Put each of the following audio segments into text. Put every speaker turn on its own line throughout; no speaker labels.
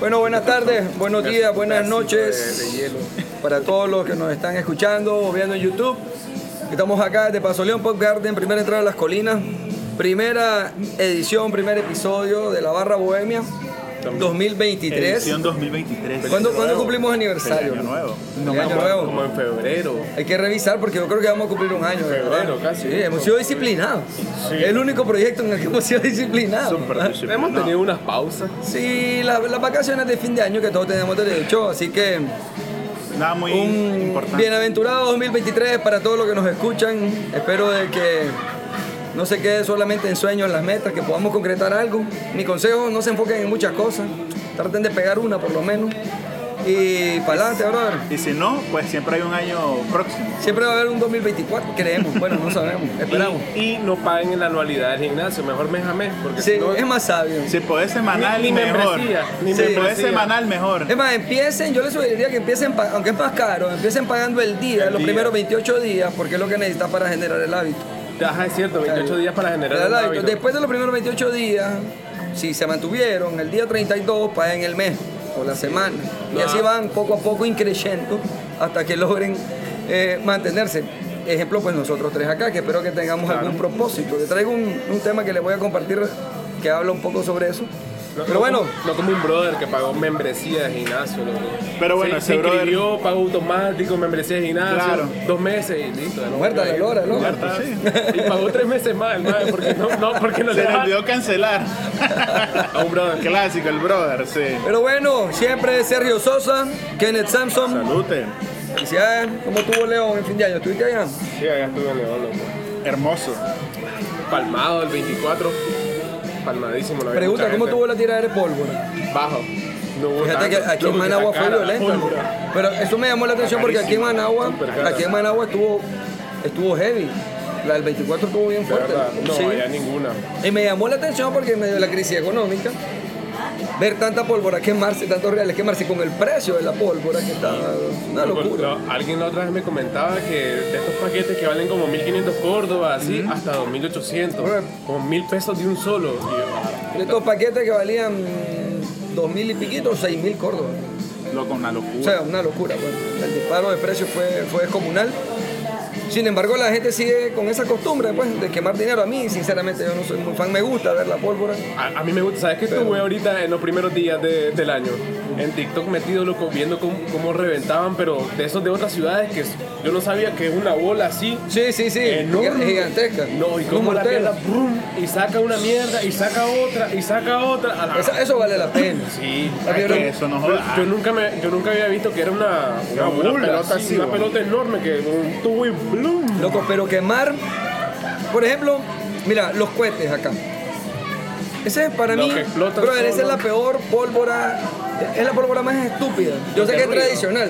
Bueno, buenas tardes, buenos días, buenas noches
Eh,
para todos los que nos están escuchando o viendo en YouTube. Estamos acá de Pasoleón Pop Garden, primera entrada a las colinas, primera edición, primer episodio de la Barra Bohemia 2023.
Edición 2023.
¿Cuándo,
Feliz
cuándo
nuevo.
cumplimos aniversario?
Feliz año nuevo.
Feliz año nuevo.
Como en febrero.
Hay que revisar porque yo creo que vamos a cumplir un año. ¿verdad?
Febrero, casi.
Sí, hemos sido disciplinados. Es el único proyecto en el que hemos sido disciplinados.
Súper disciplinado.
Hemos tenido unas pausas.
Sí, la- las vacaciones de fin de año que todos tenemos derecho, así que
Nada muy
un
importante.
bienaventurado 2023 para todos los que nos escuchan. Espero de que no se quede solamente en sueños las metas, que podamos concretar algo. Mi consejo, no se enfoquen en muchas cosas, traten de pegar una por lo menos y para adelante, brother.
Y si no, pues siempre hay un año próximo.
Siempre va a haber un 2024, creemos, bueno, no sabemos, esperamos.
Y, y no paguen en la anualidad del gimnasio, mejor mes a mes, porque
Sí,
si no,
es más sabio.
Si puede semanal,
Ni- ni
mejor.
membresía, ni
si puede
membresía.
semanal, mejor.
Es más, empiecen, yo les sugeriría que empiecen, pa- aunque es más caro, empiecen pagando el día,
El
los
día.
primeros 28 días, porque es lo que necesitas para generar el hábito.
Ajá, es cierto, 28 días para generar
El
el
hábito.
hábito.
Después de los primeros 28 días, si se mantuvieron, el día 32 paguen el mes o la semana. Y
Ah.
así van poco a poco increciendo hasta que logren eh, mantenerse. Ejemplo, pues nosotros tres acá, que espero que tengamos algún propósito. Yo traigo un, un tema que les voy a compartir que habla un poco sobre eso.
No-
Pero
no
bueno,
como- no como un brother que pagó membresía de gimnasio. loco.
Pero bueno,
Se-
ese
se
brother-
inscribió, pagó automático, membresía de gimnasio,
Claro.
dos meses y listo. ¿no?
muerta la
Ahí-
lora, ¿no?
Ya está, sí.
Y pagó tres meses más, ¿no? Porque no, no, porque no
Se
le
le
da
olvidó cancelar.
a un brother.
Clásico, el brother, sí.
Pero bueno, siempre Sergio Sosa, Kenneth Sampson.
Salute.
Felicidades. ¿Cómo estuvo León en fin de año? ¿Estuviste allá?
Sí, allá estuve en León, loco.
Hermoso.
Palmado el 24. Palmadísimo. no había
Pregunta,
mucha
¿cómo
gente.
estuvo la tiradera de pólvora?
Bajo. No hubo
Fíjate que
tanto.
aquí en
Loco,
Managua
está
fue
cara,
violenta.
pólvora.
Pero eso me llamó la atención porque aquí en Managua,
Súper cara.
aquí en Managua estuvo, estuvo heavy. La del 24 estuvo bien
De
fuerte.
verdad, no,
Sí.
allá ninguna.
Y me llamó la atención porque en medio de la crisis económica, ver tanta pólvora quemarse, tantos reales quemarse con el precio de la pólvora que está una
Loco,
locura.
lo- alguien la otra vez me comentaba que de estos paquetes que valen como 1500 córdobas, así, hasta 2800,
Bro.
con 1000 pesos de un solo. Y yo,
Estos paquetes que valían dos mil y piquito, seis mil córdobas.
Loco, una
O
locura.
sea, una locura, pues. El disparo de precios fue, fue descomunal. Sin embargo, la gente sigue con esa costumbre, pues, de quemar dinero. A mí, sinceramente, yo no soy muy fan. Me gusta ver la pólvora.
A, a mí me gusta, ¿sabes qué estuve ahorita en los primeros días de- del año? En TikTok metido loco, viendo cómo, cómo reventaban, pero de esos de otras ciudades que s- yo no sabía que es una bola así.
Sí, sí, sí.
Enorme.
Gigantesca.
Eh, No, y
Un
como la
mortero.
pierna, brum, y saca una mierda, y saca otra, y saca otra. Ah, A la-
Esa- eso vale la pena.
Sí,
La
Ay,
pierna-
que eso no
Yo,
joda.
yo nunca me, yo nunca había visto que era una, una,
Una
bola,
pelota
sí,
así,
una
güey.
pelota enorme que un tubo y blum.
Loco, pero quemar... Por ejemplo, mira, los cohetes acá. Ese es para
Los
mí...
que explotan
brother, esa es
solo.
la peor pólvora... Es la pólvora más estúpida. Yo
Los
sé
de
que es
ruido.
tradicional.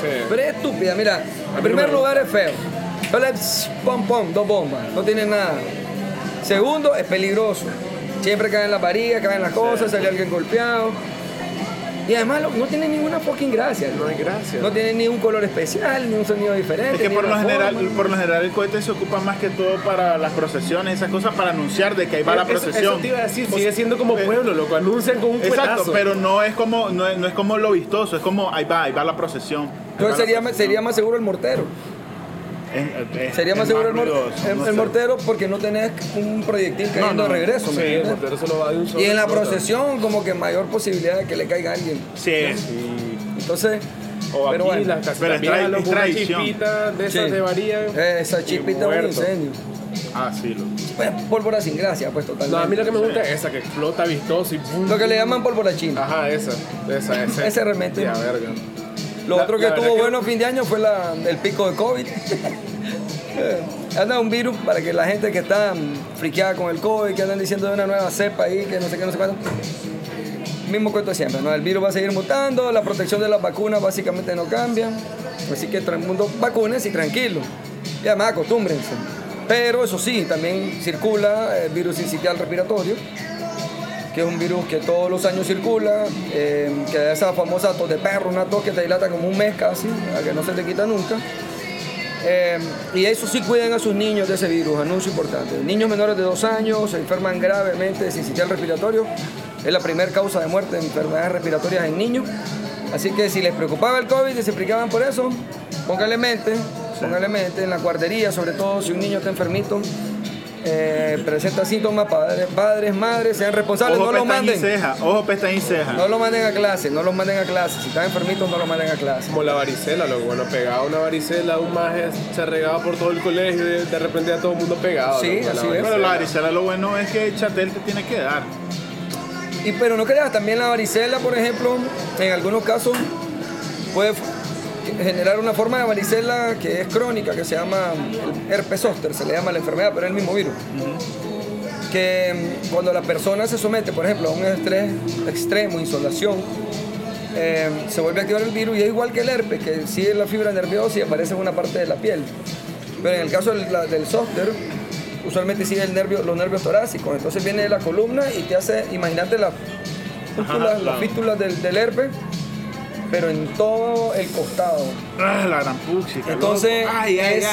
Sí.
Pero es estúpida, mira. En
no
primer
me
lugar es feo. Solo es pom pom, dos bombas, no tiene nada. Segundo, es peligroso. Siempre caen las varillas, caen las cosas, sale alguien golpeado. Y además lo- no tiene ninguna fucking gracia.
No
No,
hay gracia.
No tiene ni un color especial, ni un sonido diferente.
Es que
ni
por lo,
una
general,
forma.
por lo general el cohete se ocupa más que todo para las procesiones, esas cosas para anunciar de que ahí va
Eh,
la
Eso- Eso,
procesión.
te iba a decir,
O
sigue
sea,
siendo como
eh,
pueblo, loco. Anuncian con un
Exacto,
puetazo.
pero no es como no es, no es como lo vistoso, es como ahí va, ahí va la procesión.
Entonces sería, más- sería más seguro el mortero. Sería más seguro el, mor- el- el mortero porque no tenés un proyectil cayendo
no.
de regreso. ¿me
Sí, el
entiendes?
portero solo va de un solo.
y en la
solo.
procesión como que mayor posibilidad de que le caiga a alguien.
Sí,
Entonces,
O aquí
pero bueno.
las casitas
Pero es tra-
viejas, loco,
es
una
tradición.
chispita de esas
Sí.
de varía.
Esa
y
chispita es un
muerto.
incendio.
ah, sí, loco.
Pues, pólvora sin gracia, pues totalmente.
No, a mí lo que me gusta Ah, es esa que explota vistoso y boom.
Lo que le llaman pólvora china.
Ajá, esa, esa, esa.
Ese realmente-
Ya, verga.
Lo
la-
otro que
la verdad
estuvo
que-
bueno fin de año fue la, el pico de COVID. Eh, Anda un virus para que la gente que está mm, friqueada con el COVID, que andan diciendo de una nueva cepa ahí, que no sé qué, no sé cuánto. Mismo cuento de siempre, ¿no? El virus va a seguir mutando, la protección de las vacunas básicamente no cambia. Así que todo el mundo vacunes y tranquilo. Y además acostúmbrense. Pero eso sí, también circula el virus incitial respiratorio, que es un virus que todos los años circula, eh, que da esa famosa tos de perro, una tos que te dilata como un mes casi, a que no se te quita nunca. Eh, y eso sí cuiden a sus niños de ese virus, anuncio importante. Niños menores de dos años se enferman gravemente de sincitial respiratorio, Es la primera causa de muerte de enfermedades respiratorias en niños. Así que si les preocupaba el COVID y se preocupaban por eso, póngale mente, póngale mente en la guardería, sobre todo si un niño está enfermito. eh, presenta síntomas, padres, padres, madres, sean responsables,
Ojo
no lo
pestaña y
manden.
ceja, ojo pestaña y ceja.
No lo manden a clase, no los manden a clase. Si están enfermitos, no los manden a clase.
Como la varicela, loco. Bueno, pegaba una varicela, un maje se regaba por todo el colegio y de repente ya todo el mundo pegado.
Sí,
loco, a la
así es.
Pero
varicela.
la varicela lo bueno es que Chatel te tiene que dar.
Y pero no creas, también la varicela, por ejemplo, en algunos casos puede f- generar una forma de varicela que es crónica, que se llama el herpes zóster, se le llama la enfermedad, pero es el mismo virus. Que mm, cuando la persona se somete, por ejemplo, a un estrés extremo, insolación, eh, se vuelve a activar el virus y es igual que el herpes, que sigue la fibra nerviosa y aparece en una parte de la piel. Pero en el caso del, la- del zóster, usualmente sigue el nervio, los nervios torácicos. Entonces viene de la columna y te hace, imagínate las pústulas,
Ajá,
las
claro.
fístulas del, del herpes, pero en todo el costado.
Ah, la gran puxi.
Entonces, es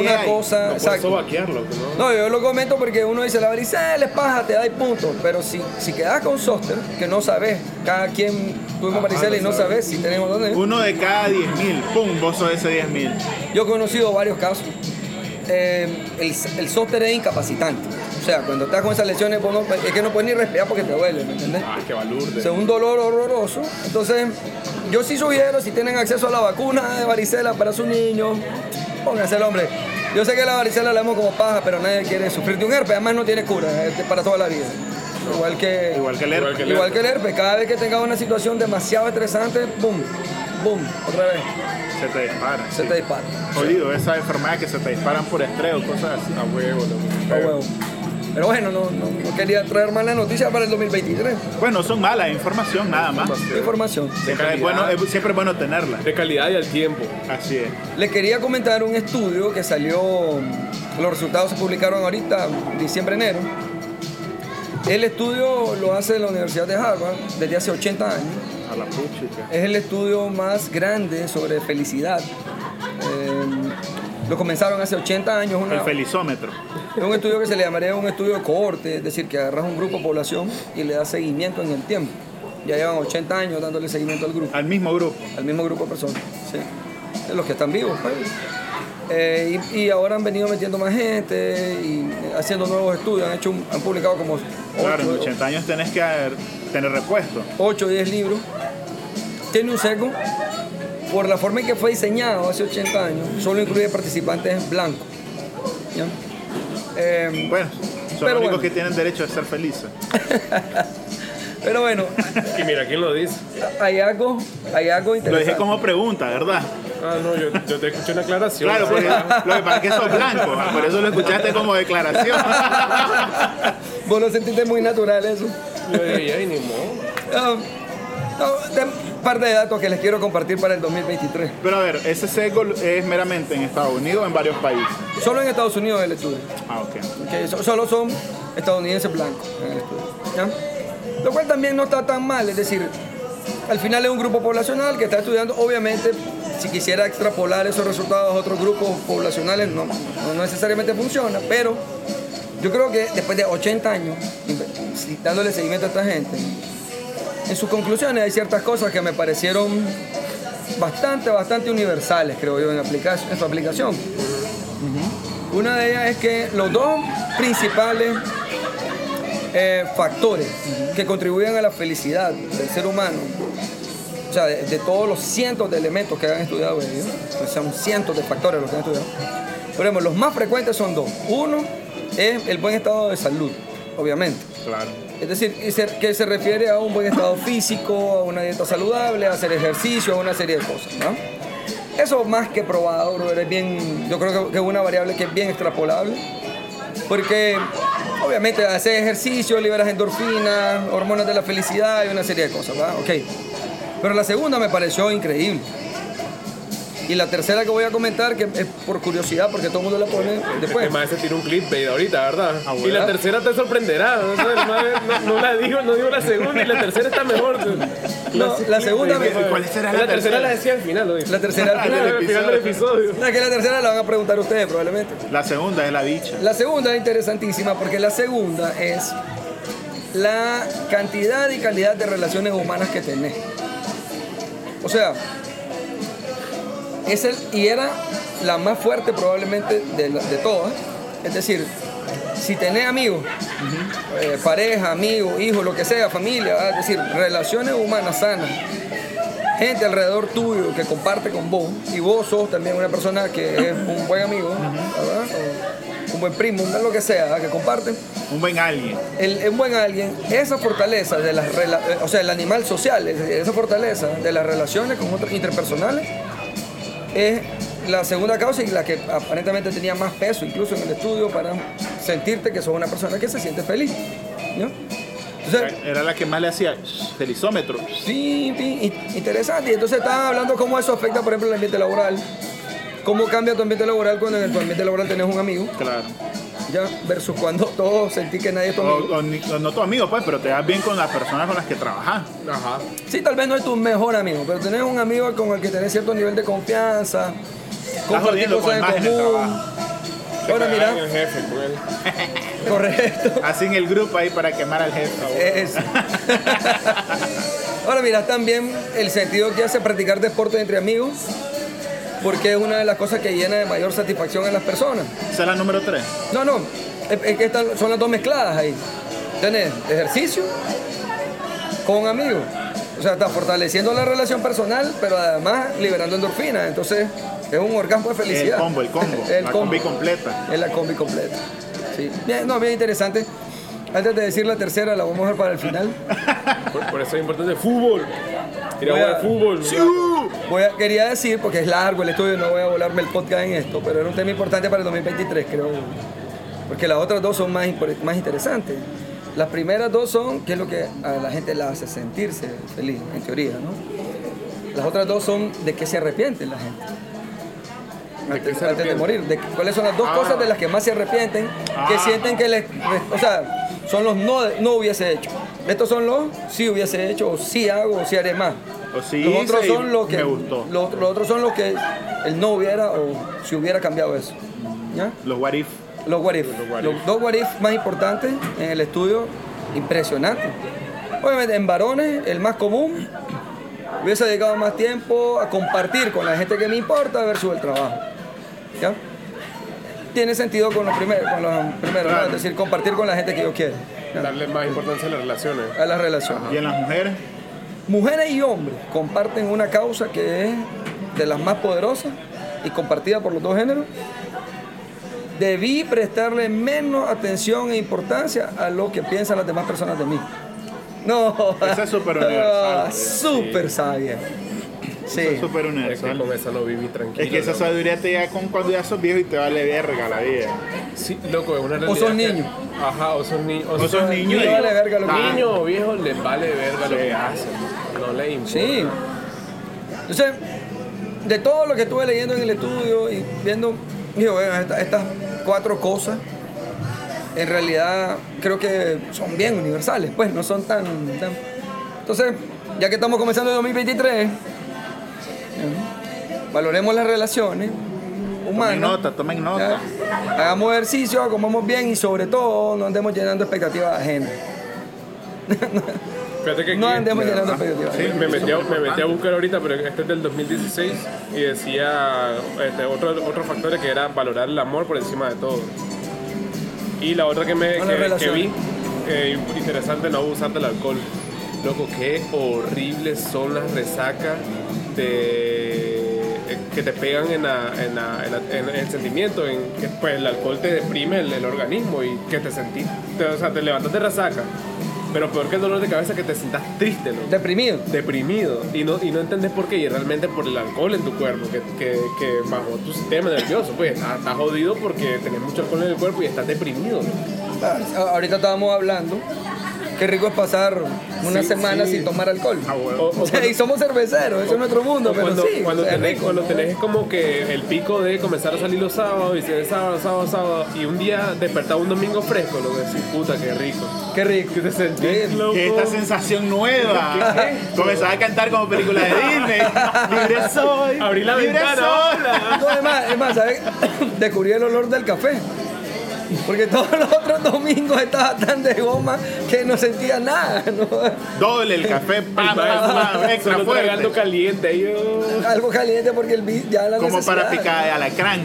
una cosa.
No puedes
exacto.
sobaquear, loco, ¿no?
No, yo lo comento porque uno dice, "Ah, la varicela es paja, te da y punto. Pero si, si quedas con Soster, que no sabes, cada quien tuvo
Ajá,
varicela y
no
no sabes si tenemos dónde.
Uno de cada 10.000 mil. Pum, vos sos ese 10.000 mil.
Yo he conocido varios casos. Eh, el, el zóster es incapacitante. O sea, cuando estás con esas lesiones, vos no- es que no puedes ni respirar porque te duele, ¿me entiendes?
Ah, qué balurde.
O sea, un dolor horroroso. Entonces, yo sí sugiero, si tienen acceso a la vacuna de varicela para sus niños, pónganse el hombre. Yo sé que la varicela la vemos como paja, pero nadie quiere sufrir de un herpes. Además, no tiene cura es para toda la vida. Igual que,
Igual que
Igual
el herpes.
que el
igual que el herpes. Cada vez que tengas una situación demasiado estresante, boom, boom, otra vez,
Se te dispara.
se
sí.
te dispara.
Jodido, esa enfermedad que se te disparan por estrés o cosas así.
A Ah, huevo, loco.
A Oh, huevo. Pero bueno, no, no- no quería traer malas noticias para el 2023.
Bueno, son malas, es información nada más.
Información.
Siempre es, bueno,
calidad.
es- siempre es bueno tenerla.
De calidad y al tiempo.
Así es.
Les quería comentar un estudio que salió, los resultados se publicaron ahorita, diciembre, enero. El estudio lo hace la Universidad de Harvard desde hace 80 años.
A la puchica.
Es el estudio más grande sobre felicidad. Eh, lo comenzaron hace 80 años.
El
una-
felizómetro.
es un estudio que se le llamaría un estudio de cohorte, es decir, que agarras un grupo de población y le das seguimiento en el tiempo. Ya llevan 80 años dándole seguimiento al grupo
Al mismo grupo.
al mismo grupo de personas, ¿sí? de los que están vivos. pues. Eh, y, y ahora han venido metiendo más gente y eh, haciendo nuevos estudios, han, hecho un- han publicado como
Claro, en
8,
80 años tenés que haber- tener repuesto.
10 libros. Tiene un sesgo, por la forma en que fue diseñado hace 80 años, solo incluye participantes blancos. ¿ya? Eh,
Bueno, son
Pero
los únicos
bueno.
que tienen derecho a ser felices.
pero bueno,
Y mira, ¿quién lo dice?
hay algo, hay algo
Lo
interesante.
dije como pregunta, ¿verdad?
Ah, no, yo, yo te escuché una aclaración.
Claro, pues. porque lo que pasa es que sos blanco, ah, por eso lo escuchaste como declaración.
Vos lo sentiste muy natural eso.
Yo dije, "Ay, ni modo".
Ah, no, de- un par de datos que les quiero compartir para el 2023.
Pero a ver, ese sesgo es meramente en Estados Unidos o en varios países.
Solo en Estados Unidos el estudio.
Ah, ok.
¿ok? So- solo son estadounidenses blancos en el estudio. ¿ya? Lo cual también no está tan mal. Es decir, al final es un grupo poblacional que está estudiando. Obviamente, si quisiera extrapolar esos resultados a otros grupos poblacionales, no, no necesariamente funciona. Pero yo creo que después de 80 años inve- si- dándole seguimiento a esta gente, en sus conclusiones hay ciertas cosas que me parecieron bastante, bastante universales, creo yo, en, aplica- en su aplicación. Una de ellas es que los dos principales eh, factores que contribuyen a la felicidad del ser humano, o sea, de, de todos los cientos de elementos que han estudiado ellos, pues son cientos de factores los que han estudiado, por ejemplo, los más frecuentes son dos. Uno es el buen estado de salud, obviamente.
Claro.
Es decir, que se- que se refiere a un buen estado físico, a una dieta saludable, a hacer ejercicio, a una serie de cosas, ¿no? Eso más que probado, brother, es bien, yo creo que- que es una variable que es bien extrapolable, porque obviamente haces ejercicio, liberas endorfinas, hormonas de la felicidad y una serie de cosas, ¿verdad? Ok. Pero la segunda me pareció increíble. Y la tercera que voy a comentar, que es por curiosidad, porque todo el mundo la pone después.
Además, se tiene un clickbait ahorita, ¿verdad?
Ah, bueno.
y la tercera te sorprenderá. No, sé, el madre no- no la digo, no digo la segunda y la tercera está mejor.
No, la segunda
clickbait,
me-
¿no?
¿Cuál será la
la tercera?
tercera?
la decía al final, hoy.
La tercera, al
Claro,
final.
al final del episodio.
No, es que la tercera la van a preguntar ustedes probablemente.
La segunda es la dicha.
La segunda es interesantísima porque la segunda es la cantidad y calidad de relaciones humanas que tenés. O sea, es el, y era la más fuerte probablemente de, la- de todas. Es decir, si tenés amigos, eh, pareja, amigo, hijo, lo que sea, familia, ¿verdad? es decir, relaciones humanas sanas, gente alrededor tuyo que comparte con vos, y vos sos también una persona que es un buen amigo, ¿verdad? O un buen primo, un- lo que sea, ¿verdad? que comparte,
Un buen alguien.
el, el buen alguien, esa fortaleza de las rela- eh, o sea, el animal social, es decir, esa fortaleza de las relaciones con otros interpersonales es la segunda causa y la que aparentemente tenía más peso incluso en el estudio para sentirte que sos una persona que se siente feliz. ¿no? Entonces,
Era la que más le hacía felizómetro.
Sí, sí, in- interesante. Y entonces estaban hablando cómo eso afecta, por ejemplo, el ambiente laboral. Cómo cambia tu ambiente laboral cuando en tu ambiente laboral tenés un amigo,
Claro.
ya, versus cuando todos sentí que nadie es tu
O,
amigo.
o ni- o no tu amigo, pues, pero te das bien con las personas con las que trabajas.
Ajá.
oh.
Sí, tal vez no es tu mejor amigo, pero tenés un amigo con el que tenés cierto nivel de confianza, compartir
jodiendo con
cosas en
más en el
común.
trabajo.
Ahora
Se cagan
mira,
el jefe pues. con él.
correcto.
Así en el grupo ahí para quemar al jefe.
Eso. Ahora mira también el sentido que hace practicar deporte entre amigos, porque es una de las cosas que llena de mayor satisfacción a las personas.
Esa es la número 3.
No, no, es es que están- son las dos mezcladas ahí. Tenés ejercicio con amigos. O sea, está fortaleciendo la relación personal, pero además liberando endorfinas. Entonces, es un orgasmo de felicidad.
El combo, el combo.
el
la
combo.
combi completa.
Es la combi completa. Sí. Bien, no, bien interesante. Antes de decir la tercera, la vamos a ver para el final.
Por, por eso es importante. Fútbol. Ir a
Voy a-
jugar fútbol.
Voy a- quería decir, porque es largo el estudio, no voy a volarme el podcast en esto, pero era un tema importante para el 2023, creo. Porque las otras dos son más, impor- más interesantes. Las primeras dos son qué es lo que a la gente la hace sentirse feliz, en teoría, ¿no? Las otras dos son de qué se arrepiente la gente.
¿De qué
Antes,
se
antes de
arrepiente?
morir, de cuáles son las dos
Ah.
cosas de las que más se arrepienten, que
Ah.
sienten que les, o sea, son los no, no hubiese hecho. Estos son los sí hubiese hecho, o sí hago, o sí haré más.
O sí
los otros
hice y
son los que
me gustó.
Los, otro- los otros son los que el no hubiera o si hubiera cambiado eso. ¿Ya?
Los what if.
Los what if.
Los what
Los
if.
dos what if más importantes en el estudio, impresionante. Obviamente, en varones, el más común, hubiese dedicado más tiempo a compartir con la gente que me importa versus el trabajo. ¿Ya? Tiene sentido con los primeros, con los primeros ¿no?
Claro.
es decir, compartir con la gente que yo quiero, ¿ya?
Darle más importancia a las relaciones.
a las relaciones.
Y en las mujeres,
Mujeres y hombres comparten una causa que es de las más poderosas y compartida por los dos géneros. Debí prestarle menos atención e importancia a lo que piensan las demás personas de mí. No.
Esa es súper universal.
Ah, Súper sabia. Sí.
es súper
Es que
universal.
con esa no viví tranquilo.
Es que esa
loco.
sabiduría te llega con cuando ya sos viejo y te vale verga la vida.
Sí, loco, es una realidad.
O sos
que-
niño.
Ajá, o sos niño.
O sos niño
Me
y-
vale verga lo que-
Ah.
Niño o viejo les vale verga lo
Sí.
que hacen. No le importa.
Sí. Entonces, de todo lo que estuve leyendo en el estudio y viendo, digo, bueno, esta- estas cuatro cosas, en realidad creo que son bien universales, pues no son tan... tan- Entonces, ya que estamos comenzando el 2023, ¿no? eh, valoremos las relaciones humanas.
Tomen nota, tomen
¿ya?
nota.
Hagamos ejercicio, comamos bien y sobre todo no andemos llenando expectativas ajenas.
Fíjate que
No
aquí-
andemos
Mira,
llenando
ajá.
expectativas
Sí,
ajenas.
me metí, a, me metí a buscar ahorita, pero este es del 2016 y decía este, otro, otro factor que era valorar el amor por encima de todo. Y la otra que me
Con la
que, que
relación.
vi, eh, interesante, no abusar del alcohol. Loco, qué horribles son las resacas de, eh, que te pegan en, la- en la- en la- en el sentimiento. En, que, pues el alcohol te deprime el, el organismo y que te sentís, te- o sea, te levantas de resaca. Pero peor que el dolor de cabeza, que te sientas triste, loco
Deprimido.
deprimido y no, y no entendés por qué y es realmente por el alcohol en tu cuerpo que, que, que bajó tu sistema nervioso pues estás estás jodido porque tenés mucho alcohol en el cuerpo y estás deprimido ¿no?
Ah, Ahorita estábamos hablando. Qué rico es pasar una
Sí,
semana
sí.
sin tomar alcohol.
O- o
O sea, y
cuando-
somos cerveceros, eso es nuestro mundo,
o
pero
cuando,
sí.
cuando
o sea,
tenés,
rico.
cuando tenés como que el pico de comenzar a salir los sábados y ser sábado, sábado, sábado y un día despertar un domingo fresco lo que decís puta qué rico
Qué rico.
que te sentís
Sí.
loco
Que esta sensación nueva.
¿Qué?
Comenzaba a cantar como película de Disney. Libre soy.
abrí la
libre
ventana
soy.
hola.
No, es más, es más, ¿sabes? Descubrí el olor del café. Porque todos los otros domingos estaba tan de goma que no sentía nada. ¿no?
Doble el café, pam, pam, pam, extra
Solo tragando
fuerte.
caliente ahí, oh.
Algo caliente porque el vi- ya la
Como
necesidad.
para picar de alacrán.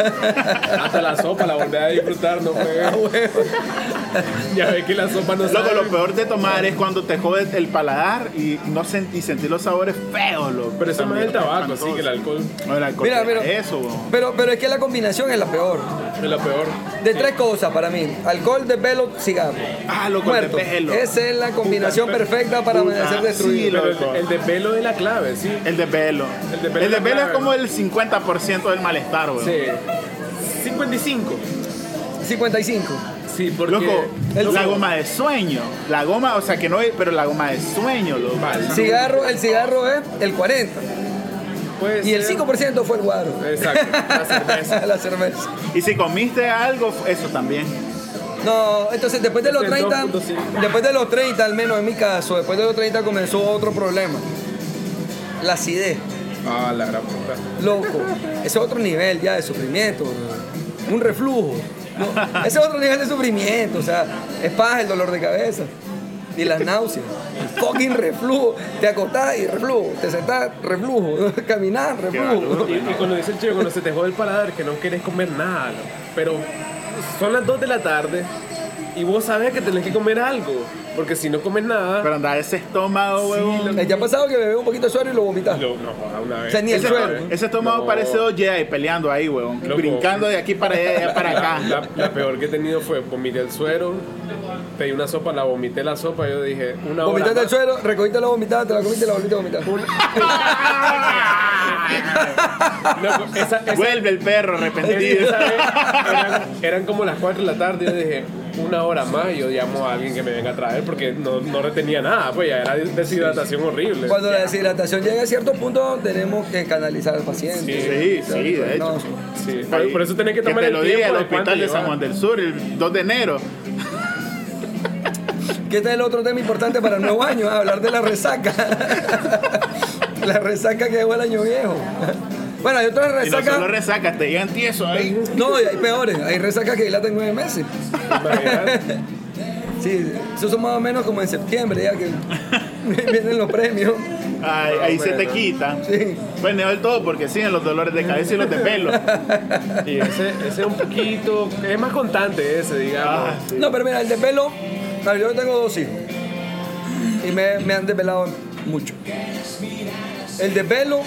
Hasta la sopa la volví a disfrutar, no
Ah,
fue.
huevo.
Ya ve que la sopa no
Loco,
sabe.
lo peor de tomar es cuando te jode el paladar y no sentí, sentir los sabores feos, loco.
Pero eso no es el
También,
tabaco, así que el alcohol
No, el alcohol
Mira,
te da
pero,
eso, bo.
pero, pero es que la combinación es la peor.
es la peor.
De tres cosas para mí. Alcohol de pelo, cigarro.
Ah, loco, el
Muerto.
de pelo.
Esa es la combinación
Puta,
perfecta para
puta,
amanecer
sí, Eh,
destruido.
lo-
Pero el, el de pelo es la clave, sí.
El de pelo.
El de pelo es la
es
clave.
como el 50% del malestar, weón.
Sí. 55.
55.
Sí, porque.
Loco,
el-
la goma de sueño. La goma, o sea, que no es, pero la goma de sueño, loco.
Vale.
Cigarro, el cigarro es el 40.
Puede
Y el
ser-
5% fue el guaro.
Exacto, la cerveza.
la cerveza.
Y si comiste algo, eso también.
No, entonces después de los
Este es
30,
2.5.
después de los 30 al menos en mi caso, después de los 30 comenzó otro problema. La acidez,
Ah, la gran puta.
loco. Ese es otro nivel ya de sufrimiento. bro. Un reflujo. No, ese es otro nivel de sufrimiento, o sea, es paja el dolor de cabeza y las náuseas. El fucking reflujo. Te acostás y reflujo, te sentás, reflujo, caminás, reflujo.
Y, y cuando dice el chico, cuando se te jode el paladar, que no quieres comer nada, ¿no? pero son las 2 de la tarde y vos sabes que tenés que comer algo, porque si no comes nada,
Pero andar ese estómago, huevón.
Eh, Ya ha pasado que bebés un poquito de suero y lo vomitas.
Lo- no, joda, una vez.
O sea, ni el
Ese,
suero.
ese estómago
No.
parece dos Jedi peleando ahí, huevón.
Loco.
Brincando de aquí para allá, de allá para acá.
La, la peor que he tenido fue vomité el suero, pedí una sopa, la vomité la sopa, yo dije, una hora.
Vomitaste el
más-
suero, recogiste la vomitada, te la comiste y la volviste a vomitar.
Loco, esa- esa-
Vuelve el perro arrepentido.
Esa vez eran, eran como las 4 de la tarde y yo dije, una hora más y yo llamo a alguien que me venga a traer porque no, no retenía nada, pues ya era deshidratación horrible.
Cuando la deshidratación llega a cierto punto, tenemos que canalizar al paciente.
Sí, sí, de
No,
hecho.
Sí, por, por eso tenés que tomar
te
el
lo
tiempo
diga el
de cuánto
hospital de San
llevas.
Juan del Sur el 2 de enero.
que este es el otro tema importante para el nuevo año, ah, hablar de la resaca. la resaca que dejó el año viejo. Bueno, hay otras
Y no solo
resacas.
resacas, te llegan ¿eh? tieso ahí.
No, y hay peores. Hay resacas que dilatan nueve meses.
Imagínate.
Sí, eso son más o menos como en septiembre, ya que vienen los premios.
Ay, ahí se te
bueno.
quita.
Sí.
Bueno, no del todo porque siguen los dolores de cabeza y los de pelo.
Pues
Y ese, ese un poquito, es más constante ese, digamos.
Ah,
No, pero mira, el de pelo, a ver, yo tengo dos hijos y me, me han desvelado mucho. El de pelo,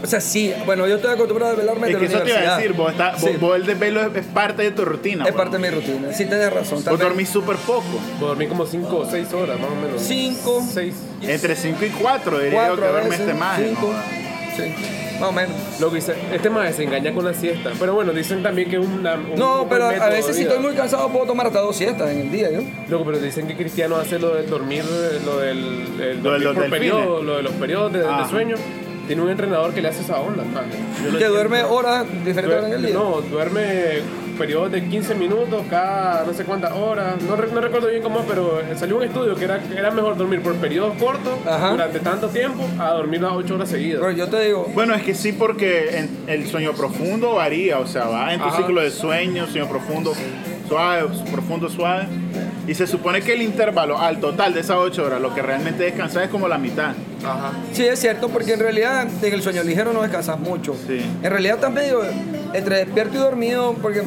o sea, sí, bueno, yo estoy acostumbrado a desvelarme
es
de
que
la
eso te iba
universidad.
a decir, vos, estás-
Sí,
vos- vos el de pelo es, es parte de tu rutina.
es
huevón.
parte de mi rutina, sí tienes razón. tal
Vos
vez
dormís súper poco.
Dormí como 5 o 6 horas, más o menos.
Cinco.
6.
Entre 5 y 4 diría
cuatro
yo que
a
duerme
veces,
este más.
cinco, sí, más o menos.
Lo que dice, este más se engaña con la siesta. Pero bueno, dicen también que es una- un.
No,
un buen
pero a- a
método de
veces si
vida.
estoy muy cansado puedo tomar hasta dos siestas en el día, ¿yo?
Loco, pero dicen que Cristiano hace lo del dormir, lo del, el
Lo
dormir
de los
por
delfines. Ah.
periodo, lo de los periodos de, de
Ajá.
sueño. Tiene un entrenador que le hace esa onda. man. Yo no
Que
entiendo.
duerme horas
Duer-
diferentes en el día.
No, duerme periodos de 15 minutos cada no sé cuántas horas. No, re- no recuerdo bien cómo, pero salió un estudio que era, era mejor dormir por periodos cortos
Ajá.
durante tanto tiempo a dormir las 8 horas
Pero
seguidas.
yo te digo,
Bueno, es que sí, porque en- el sueño profundo varía, o sea, va en tu
Ajá.
ciclo de sueño, sueño profundo, suave, profundo, suave. Y se supone que el intervalo al total de esas 8 horas, lo que realmente descansas es como la mitad.
Ajá.
Sí, es cierto, porque en realidad en el sueño ligero no descansas mucho.
Sí.
En realidad estás medio entre despierto y dormido, porque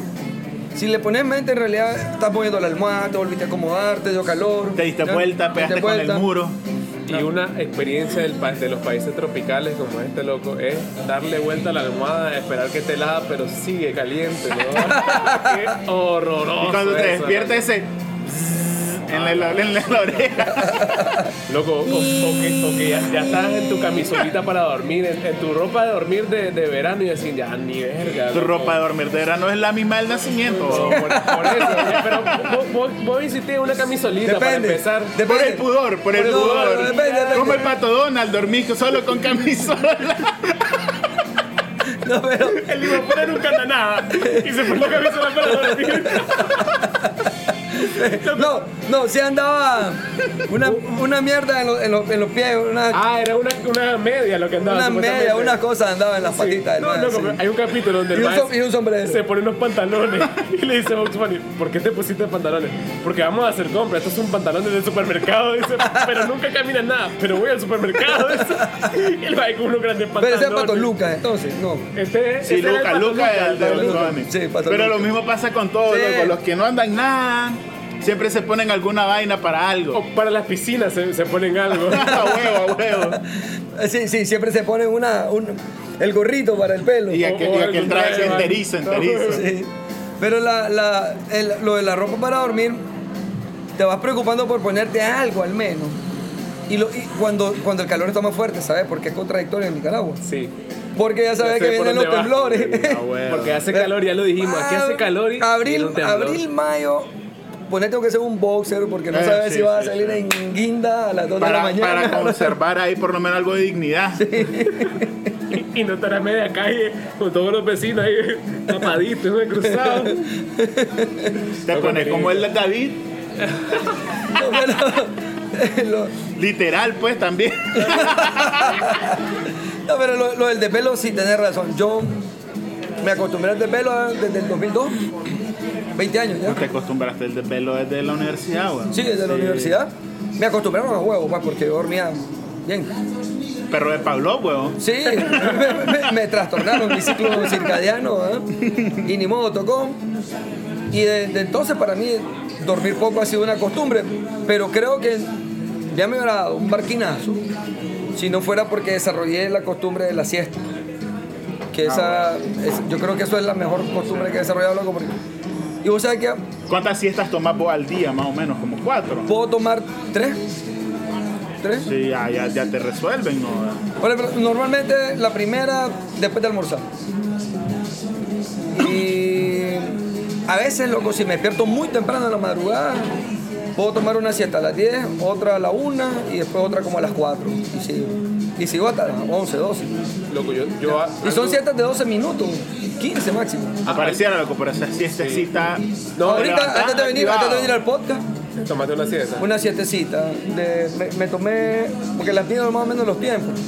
si le pones mente, en realidad estás moviendo la almohada, te volviste a acomodarte, dio calor.
Te diste
¿ya?
vuelta,
Te diste
pegaste con el
vuelta.
muro.
Y una experiencia del pa- de los países tropicales como este loco es darle vuelta a la almohada, esperar que te helada, pero sigue caliente. ¿no? Qué horroroso.
Oh,
Y cuando te
eso,
despiertas ese en la, en la- en la oreja.
Loco, o, o que, o que ya, ya estás en tu camisolita para dormir, en, en tu ropa de dormir de, de verano y decir, ya ni verga.
Tu
loco.
ropa de dormir de verano es la misma del nacimiento.
No,
bro.
por, por eso, ya, pero vos, vos, vos insistís en una camisolita para
Depende.
empezar.
depende.
Por el pudor, por el
Por el
pudor.
pudor, depende, depende.
Como el pato Donald, dormís solo con camisola.
No, pero,
El hijo nunca anda nada y se puso camisola para dormir.
No, no, sí andaba una, una mierda en, los- en los- en los pies, una,
Ah, era una, una media lo que andaba.
una
supuestamente.
media, unas cosas andaba en las
Sí.
patitas del
No,
man,
loco,
sí.
pero hay un capítulo donde el
Y un
man
som- y un sombrero.
se pone unos pantalones y le dice a Bugs Bunny, ¿por qué te pusiste pantalones? Porque vamos a hacer compras, esto es un pantalón del supermercado, dice, pero nunca camina nada, pero voy al supermercado, dice. Y el man con unos grandes
Pero
pantalones.
ese es Pato Lucas, entonces, no.
Este,
Sí,
este era el
Luca,
Pato
Luca
Lucas,
el de
Pato
Bugs
Luca.
Bunny.
Sí, Pato
Pero lo
Luca.
mismo pasa con todo,
Sí.
loco. Los que no andan nada, siempre se ponen alguna vaina para algo.
O para las piscinas se, se ponen algo.
a
Ah,
huevo, a huevo.
Sí, sí, siempre se pone una, un- el gorrito para el pelo.
Y aquel, y aquel traje
algo,
enterizo,
algo.
enterizo.
Sí. Pero la, la- el- lo de la ropa para dormir, te vas preocupando por ponerte algo al menos. Y, lo, y cuando, cuando el calor está más fuerte, ¿sabes? Porque es contradictorio en Nicaragua.
Sí.
Porque ya sabes
Ya sé
que
por
vienen
dónde
los
vas.
temblores. ah,
Ah, bueno. Porque hace calor, ya lo dijimos. Aquí hace calor y. y
Abril,
no temblor.
abril mayo. Ponete aunque sea un boxer porque no
Eh,
sabes
sí,
si vas
sí,
a salir en guinda a las 2 de la
Para,
mañana.
para conservar ahí por lo menos algo de dignidad.
Y no estar a media calle con todos los vecinos ahí tapaditos, ¿no? cruzados.
Te
Loco,
pones
querido.
como el David,
No, pero, lo-
literal, pues también.
No, pero lo, lo del de pelo sí tenés razón. Yo me acostumbré al de pelo ah, desde el 2002. 20 años ya.
Te acostumbraste el de pelo desde la universidad, weón.
Sí, desde la universidad. Me acostumbraron a huevos, pues, porque yo dormía bien.
Perro de Pablo, weón.
Sí, me, me- me trastornaron mi ciclo circadiano, ¿eh? Y ni modo, tocó. Y desde entonces para mí dormir poco ha sido una costumbre, pero creo que ya me hubiera dado un barquinazo si no fuera porque desarrollé la costumbre de la siesta. Que esa, es- yo creo que eso es la mejor costumbre que he desarrollado, loco, porque... Y vos sabés que
¿Cuántas siestas tomas vos al día, más o menos? Como cuatro.
puedo tomar tres, tres.
Sí, ya, ya, ya te resuelven, ¿no?
Por ejemplo, normalmente la primera después de almorzar. Y a veces, loco, si me despierto muy temprano en la madrugada, puedo tomar una siesta a las 10, otra a la 1 y después otra como a las 4. Y sigo, y sigo hasta las 11, 12.
Loco, yo. yo
Y son
algo-
siestas de 12 minutos, 15 máximo.
Ah,
Pareciera loco, pero esa siestecita.
No,
te
Ahorita,
levantás
antes de, venir, antes de
activado.
venir al podcast,
Tomate una siesta.
una siestecita. de- me, me tomé, porque las pido más o menos los tiempos.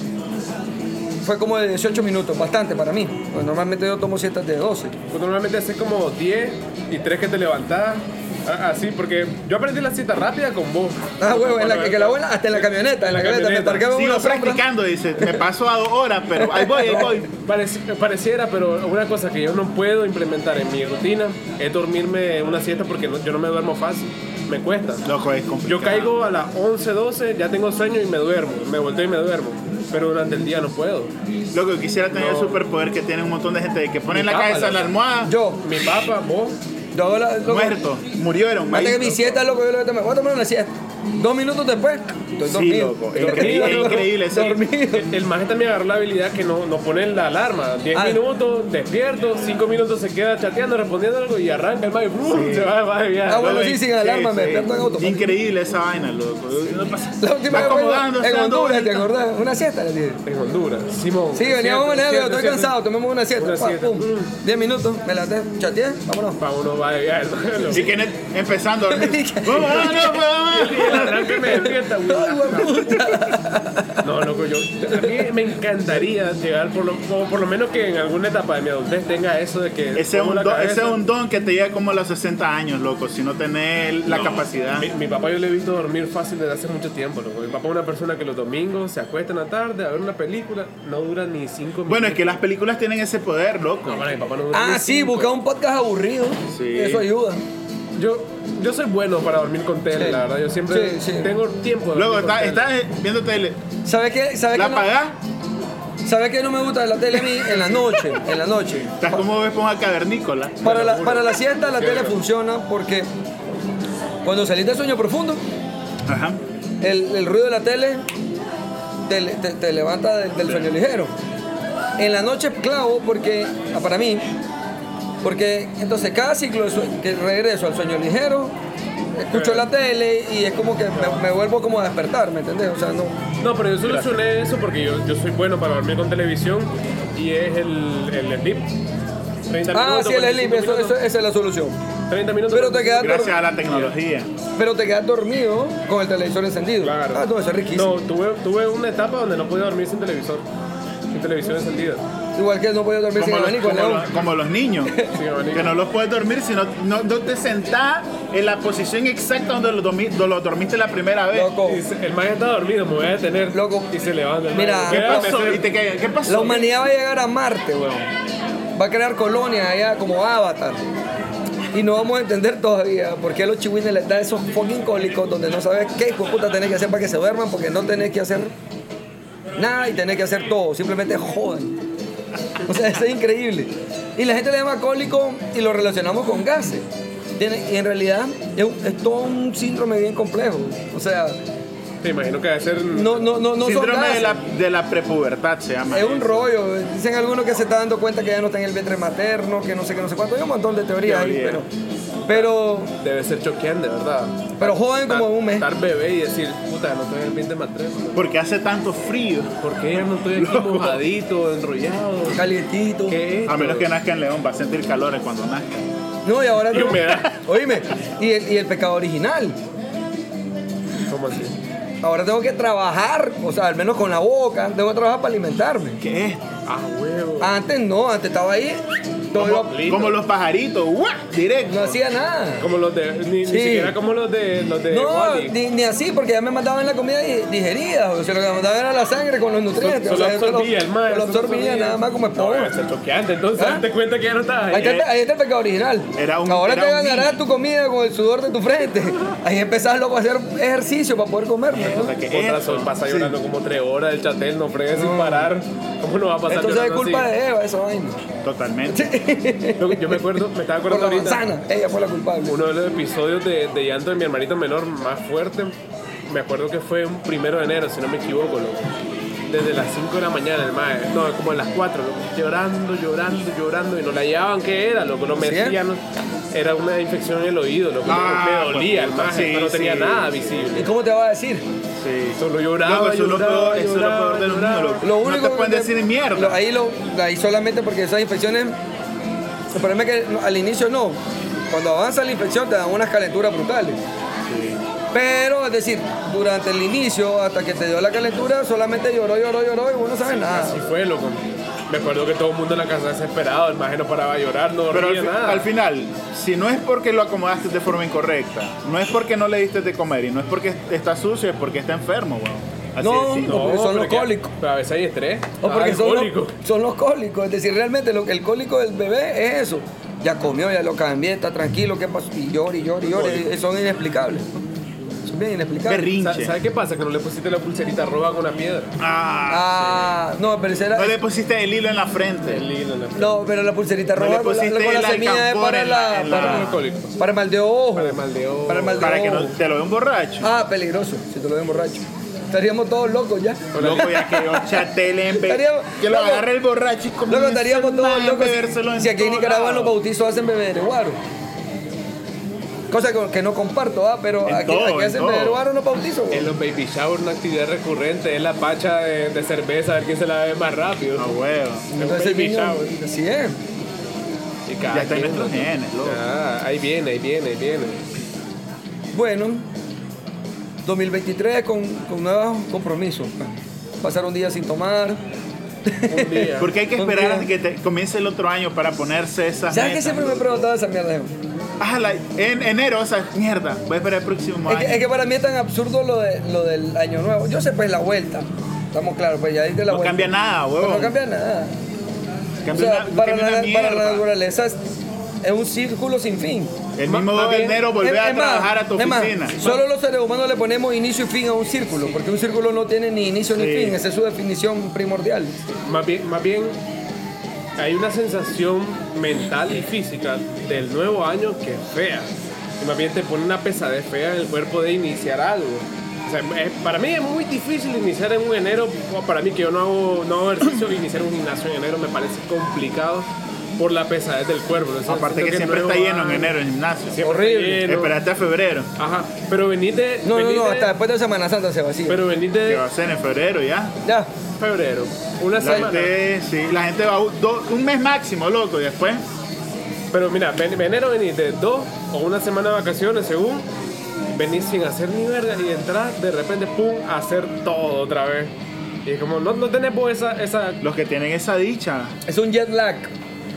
Fue como de 18 minutos, bastante para mí. Pues normalmente yo tomo siestas de 12.
Pues normalmente haces como 10 y 3 que te levantás. Ah, Así, porque yo aprendí la siesta rápida con vos.
Ah, huevo, en la, que, que
buena
la abuela, hasta en la camioneta, en la,
La
camioneta, me
camioneta.
parqueaba en
Sigo
una sombra.
practicando, dice. Me paso a dos horas, pero ahí voy, ahí voy.
Pareci- pareciera, pero una cosa que yo no puedo implementar en mi rutina es dormirme una siesta porque no- yo no me duermo fácil. Me cuesta.
Loco, es complicado.
Yo caigo a las 11, 12, ya tengo sueño y me duermo. Me volteo y me duermo. Pero durante el día no puedo.
Loco, quisiera tener
No.
el superpoder que tiene un montón de gente de que ponen
Mi
la
cama,
cabeza en la
loco.
almohada.
Yo,
Mi papá, vos,
yo hago la. Loco,
Muerto, murieron.
Mate que
marico.
mi siesta, loco, yo le voy a tomar. Voy a tomar una siesta. Dos minutos después, estoy
Sí,
dormido.
loco, es
dormido,
increíble,
loco,
es increíble, eso.
Dormido.
el, el maje también agarró la habilidad que no, no pone la alarma. 10
Ah.
minutos, despierto, 5 minutos se queda chateando, respondiendo algo y arranca el maje. ¡brum! Se va, va de viaje.
Ah, bueno, sí,
Loco,
sin alarma, me despierto en automático.
Increíble esa vaina, loco. No pasa-
La última
Va
vez bueno,
acomodándose,
en
dando
Honduras, ¿te
vueltas.
acordás? Una siesta le dije.
En Honduras. Simón.
Sí, veníamos a manejar, pero estoy cansado, tomemos una siesta.
Una
pa,
siesta.
pum.
Mm.
Diez minutos, me la chateé, vámonos.
Para uno va de viaje. hermano.
Y que en el- empezando a dormir. Oh, ah, Vamos, vamos, vamos,
Y
vamos.
arranca y me despierta, güey.
Ay, hueputa.
No, loco, yo. A mí me encantaría llegar, por lo, o por lo menos que en alguna etapa de mi adultez tenga eso de que.
Ese es,
pongo
un
la
don,
cabeza-
ese es un don que te llega como a los 60 años, loco, si no tenés la capacidad.
Mi, mi papá yo le he visto dormir fácil desde hace mucho tiempo, loco. Mi papá es una persona que los domingos se acuesta en la tarde a ver una película, no dura ni cinco minutos.
Bueno, es que las películas tienen ese poder, loco.
No, bueno, mi papá no dura
Ah,
ni
sí,
cinco.
buscar un podcast aburrido.
Sí.
Eso ayuda.
Yo, yo soy bueno para dormir con tele,
Sí.
la verdad. Yo siempre
Sí, sí.
tengo tiempo de
Loco,
dormir con
estás
tele.
viendo tele.
¿Sabes qué? ¿Sabes
¿La
qué? no-
apagás?
¿Sabes qué no me gusta de la tele a mí? En la noche, en la noche.
Estás como ves ponga cavernícola.
Para la, para la siesta la tele funciona porque cuando salís de sueño profundo,
Ajá.
el, el ruido de la tele te, le- te- te levanta del, del sueño ligero. En la noche clavo porque, ah, para mí, porque entonces cada ciclo de sue- que regreso al sueño ligero, escucho la tele y es como que me, me vuelvo como a despertar, ¿me entendés? O sea, no...
No, pero yo solucioné eso porque yo, yo soy bueno para dormir con televisión y es el, el sleep. 30
Ah,
minutos,
sí, el
45
sleep, eso,
minutos.
eso- esa es la solución.
30 minutos.
Pero te quedas
Gracias a la tecnología.
Pero te quedas dormido con el televisor encendido.
Claro.
Ah, no, eso es riquísimo.
No, tuve, tuve una etapa donde no podía dormir sin televisor. Sin televisión encendida.
Igual que no podía dormir sin
Como los,
abanico,
como
León.
los- como los niños.
Sin abanico.
Que no los puedes dormir si no, no- no te sentás en la posición exacta donde los dormi- donde los dormiste la primera vez.
Loco.
Y se- el man está dormido, me voy a detener.
Loco.
Y se levanta. el
Mira,
man.
¿qué
¿Qué
Quédate,
pasó?
ser-
¿Y te quedas, ¿Qué pasó?
La humanidad va a llegar a Marte, weón. Va a crear colonias allá como Avatar. Y no vamos a entender todavía por qué a los chihuines les da esos fucking cólicos donde no sabes qué hijo de puta tenés que hacer para que se duerman, porque no tenés que hacer nada y tenés que hacer todo. Simplemente joden. O sea, eso es increíble. Y la gente le llama cólico y lo relacionamos con gases. Tiene- Y en realidad es, un- es todo un síndrome bien complejo. O sea,
Te imagino que va a ser.
no, no, no, no son
Síndrome de
gases.
la, de la prepubertad se llama.
Es un
eso.
rollo. Dicen algunos que se está dando cuenta que ya no está en el vientre materno, que no sé qué, no sé cuánto. Hay un montón de teorías ahí,
Teoría.
pero, pero,
Debe ser choqueante, ¿verdad?
pero joden como un mes.
Estar bebé y decir, puta, no estoy en el vientre materno.
Porque hace tanto frío.
¿Por qué no estoy aquí
Loco.
mojadito, enrollado?
Calientito.
¿Qué es
A
esto?
menos que nazca en León, va a sentir calores cuando nazca.
No, y ahora.
Y humedad.
Oíme, y el, y el pecado original.
¿Cómo así?
Ahora tengo que trabajar, o sea, al menos con la boca, tengo que trabajar para alimentarme.
¿Qué es?
Ah, huevo.
Antes no, antes estaba ahí, todo
Como-
iba-
Lindo.
Como los pajaritos, ¡guau! directo.
no hacía nada.
Como los de. Ni, ni
Sí.
siquiera como los de. Los de
No,
Wall-E.
ni, ni así, porque ya me mataban la comida di- digerida, o sea, lo que me mataban era la sangre con los nutrientes.
Solo
o sea, yo te
absorbía el mar.
Lo absorbía nada más como
No,
espuma.
es choqueante, entonces
¿Ah?
te cuenta que ya no estabas
Ahí
ahí.
está, ahí está el pecado original.
Eh, Era un-
Ahora
era
te
un
ganarás
niño.
tu comida con el sudor de tu frente. Ahí empezás loco a hacer ejercicio para poder comer.
O sea,
¿no?
que
Con
esto-
razón, pasa llorando como tres horas el chatel, no fregues sin parar. ¿Cómo no va a pasar
Entonces es
llorando
culpa
así?
de Eva, esa vaina.
Totalmente.
Yo, yo me acuerdo, me estaba
Por
acordando
la
ahorita.
manzana, ella fue la culpable.
Uno de los episodios de, de llanto de mi hermanito menor más fuerte, me acuerdo que fue un primero de enero, si no me equivoco, loco. Desde las 5 de la mañana, el mae, no, como a las 4, loco, llorando, llorando, llorando, y no la hallaban qué era, loco, no me
¿Sí?
decían, era una infección en el oído, loco,
Ah,
me dolía, el
pues,
mae,
sí,
pero no tenía
sí.
nada visible.
¿Y cómo te va a decir?
Sí.
Solo lloraba,
Loco, eso es lo
lloraba,
peor- eso es lo peor del
lloraba.
mundo, loco.
Lo
No
único
te pueden
que
decir mierda.
lo- ahí, lo, ahí solamente porque esas infecciones. El problema es que no- al inicio no. Cuando avanza la infección te dan unas calenturas brutales. Pero, es decir, durante el inicio, hasta que te dio la calentura, solamente lloró, lloró, lloró y vos no sabes nada.
Así fue, loco. Me acuerdo que todo el mundo en la casa desesperado, el mae no paraba de llorar, no
Pero al,
dormía
fi-
nada.
al final, si no es porque lo acomodaste de forma incorrecta, no es porque no le diste de comer y no es porque está sucio, es porque está enfermo, weón. Así
No,
de simple.
no, porque son
pero
los
que-
cólicos.
pero a veces hay estrés.
O porque
Ah,
son
cólico.
los, son los cólicos. Es decir, realmente lo, que- el cólico del bebé es eso. Ya comió, ya lo cambié, está tranquilo, ¿qué pasó? Y llora, y llora, y llora.
Cólico.
Eh, Son inexplicables. Son bien inexplicables.
Sa-
Berrinche.
¿Sabes qué pasa? Que no le pusiste la pulserita roja con una piedra.
Ah,
Ah, no, pero esa era-
no le pusiste el hilo en la frente.
Lindo, la-
No, pero la pulserita
No le
roja con la,
pusiste
con la
el
semilla es
alcampor
para
en la-
la,
en la-
para,
Para el alcohólico.
para el mal de ojo.
Para el mal de ojo.
Para el mal de
Para que no
ojo.
te lo vea un borracho.
Ah, peligroso, si te lo ven borracho. Estaríamos todos locos ya.
Loco, ya que yo chatele en vez-
Estaríamos-
Que lo
loco.
agarre el borracho y comience
Loco, estaríamos todos
a
locos.
bebérselo
Si, si aquí en
todos
Nicaragua
lados.
los bautizos hacen beber guaro. Cosa con- que no comparto, ah, pero
En
aquí,
todo,
aquí
en
hacen
todo.
beber guaro no bautizos.
En los baby shower una actividad recurrente es la pacha de, de cerveza, a ver quién se la bebe más rápido.
No, huevo.
Entonces el
baby
niño,
shower.
así es.
Y cada
Ya está
quien,
en nuestros
¿no?
genes, loco.
Ah, ahí viene, ahí viene, ahí viene.
Bueno, 2023 con, con nuevos compromisos. Pasar un día sin tomar.
Un día.
Porque hay que esperar
Porque-
hasta que te- comience el otro año para ponerse esas
¿Sabes
metas,
que siempre me he
loco?
preguntado esa mierda? Leo?
Ah, la- en enero, esa mierda. Voy a esperar el próximo
Es
año.
que, es que para mí es tan absurdo lo, de- lo del año nuevo. Yo sé, pues la vuelta. Estamos claros, pues ya diste la
no
vuelta.
cambia nada,
Pero
huevo.
no cambia nada. O
Cambia
sea,
una-
para,
cambia
la,
una
para la
mierda.
naturaleza es, es un círculo sin fin.
El
Ma-
mismo
más bien,
enero volver
Es-
a
es más,
trabajar a tu
es más,
oficina.
solo los seres humanos le ponemos inicio y fin a un círculo, porque un círculo no tiene ni inicio ni
Sí.
fin. Esa es su definición primordial.
Más bien, más bien, hay una sensación mental y física del nuevo año que es fea. Y más bien te pone una pesadez fea en el cuerpo de iniciar algo. O sea, es- para mí es muy difícil iniciar en un enero. o Para mí que yo no hago, no hago ejercicio, iniciar un gimnasio en enero me parece complicado por la pesadez del cuerpo. Entonces,
Aparte
siento
que siempre
el
está
nuevo
lleno en
año-
enero el gimnasio.
siempre está
Horrible.
lleno.
Espera hasta febrero.
Ajá, pero venite.
No, no, no,
venite-
hasta después de Semana Santa se vacía.
Pero
Que
venite
va a ser en febrero ya.
ya,
febrero. Una
La
semana.
gente, sí, la gente va un, do- un mes máximo, loco. y Después
Pero mira, ven, venero venís de dos o una semana de vacaciones, según. Venís sin hacer ni verga y entras de repente, pum, a hacer todo otra vez. Y es como, no, no tenés vos esa, esa,
Los que tienen esa dicha.
Es un jet lag.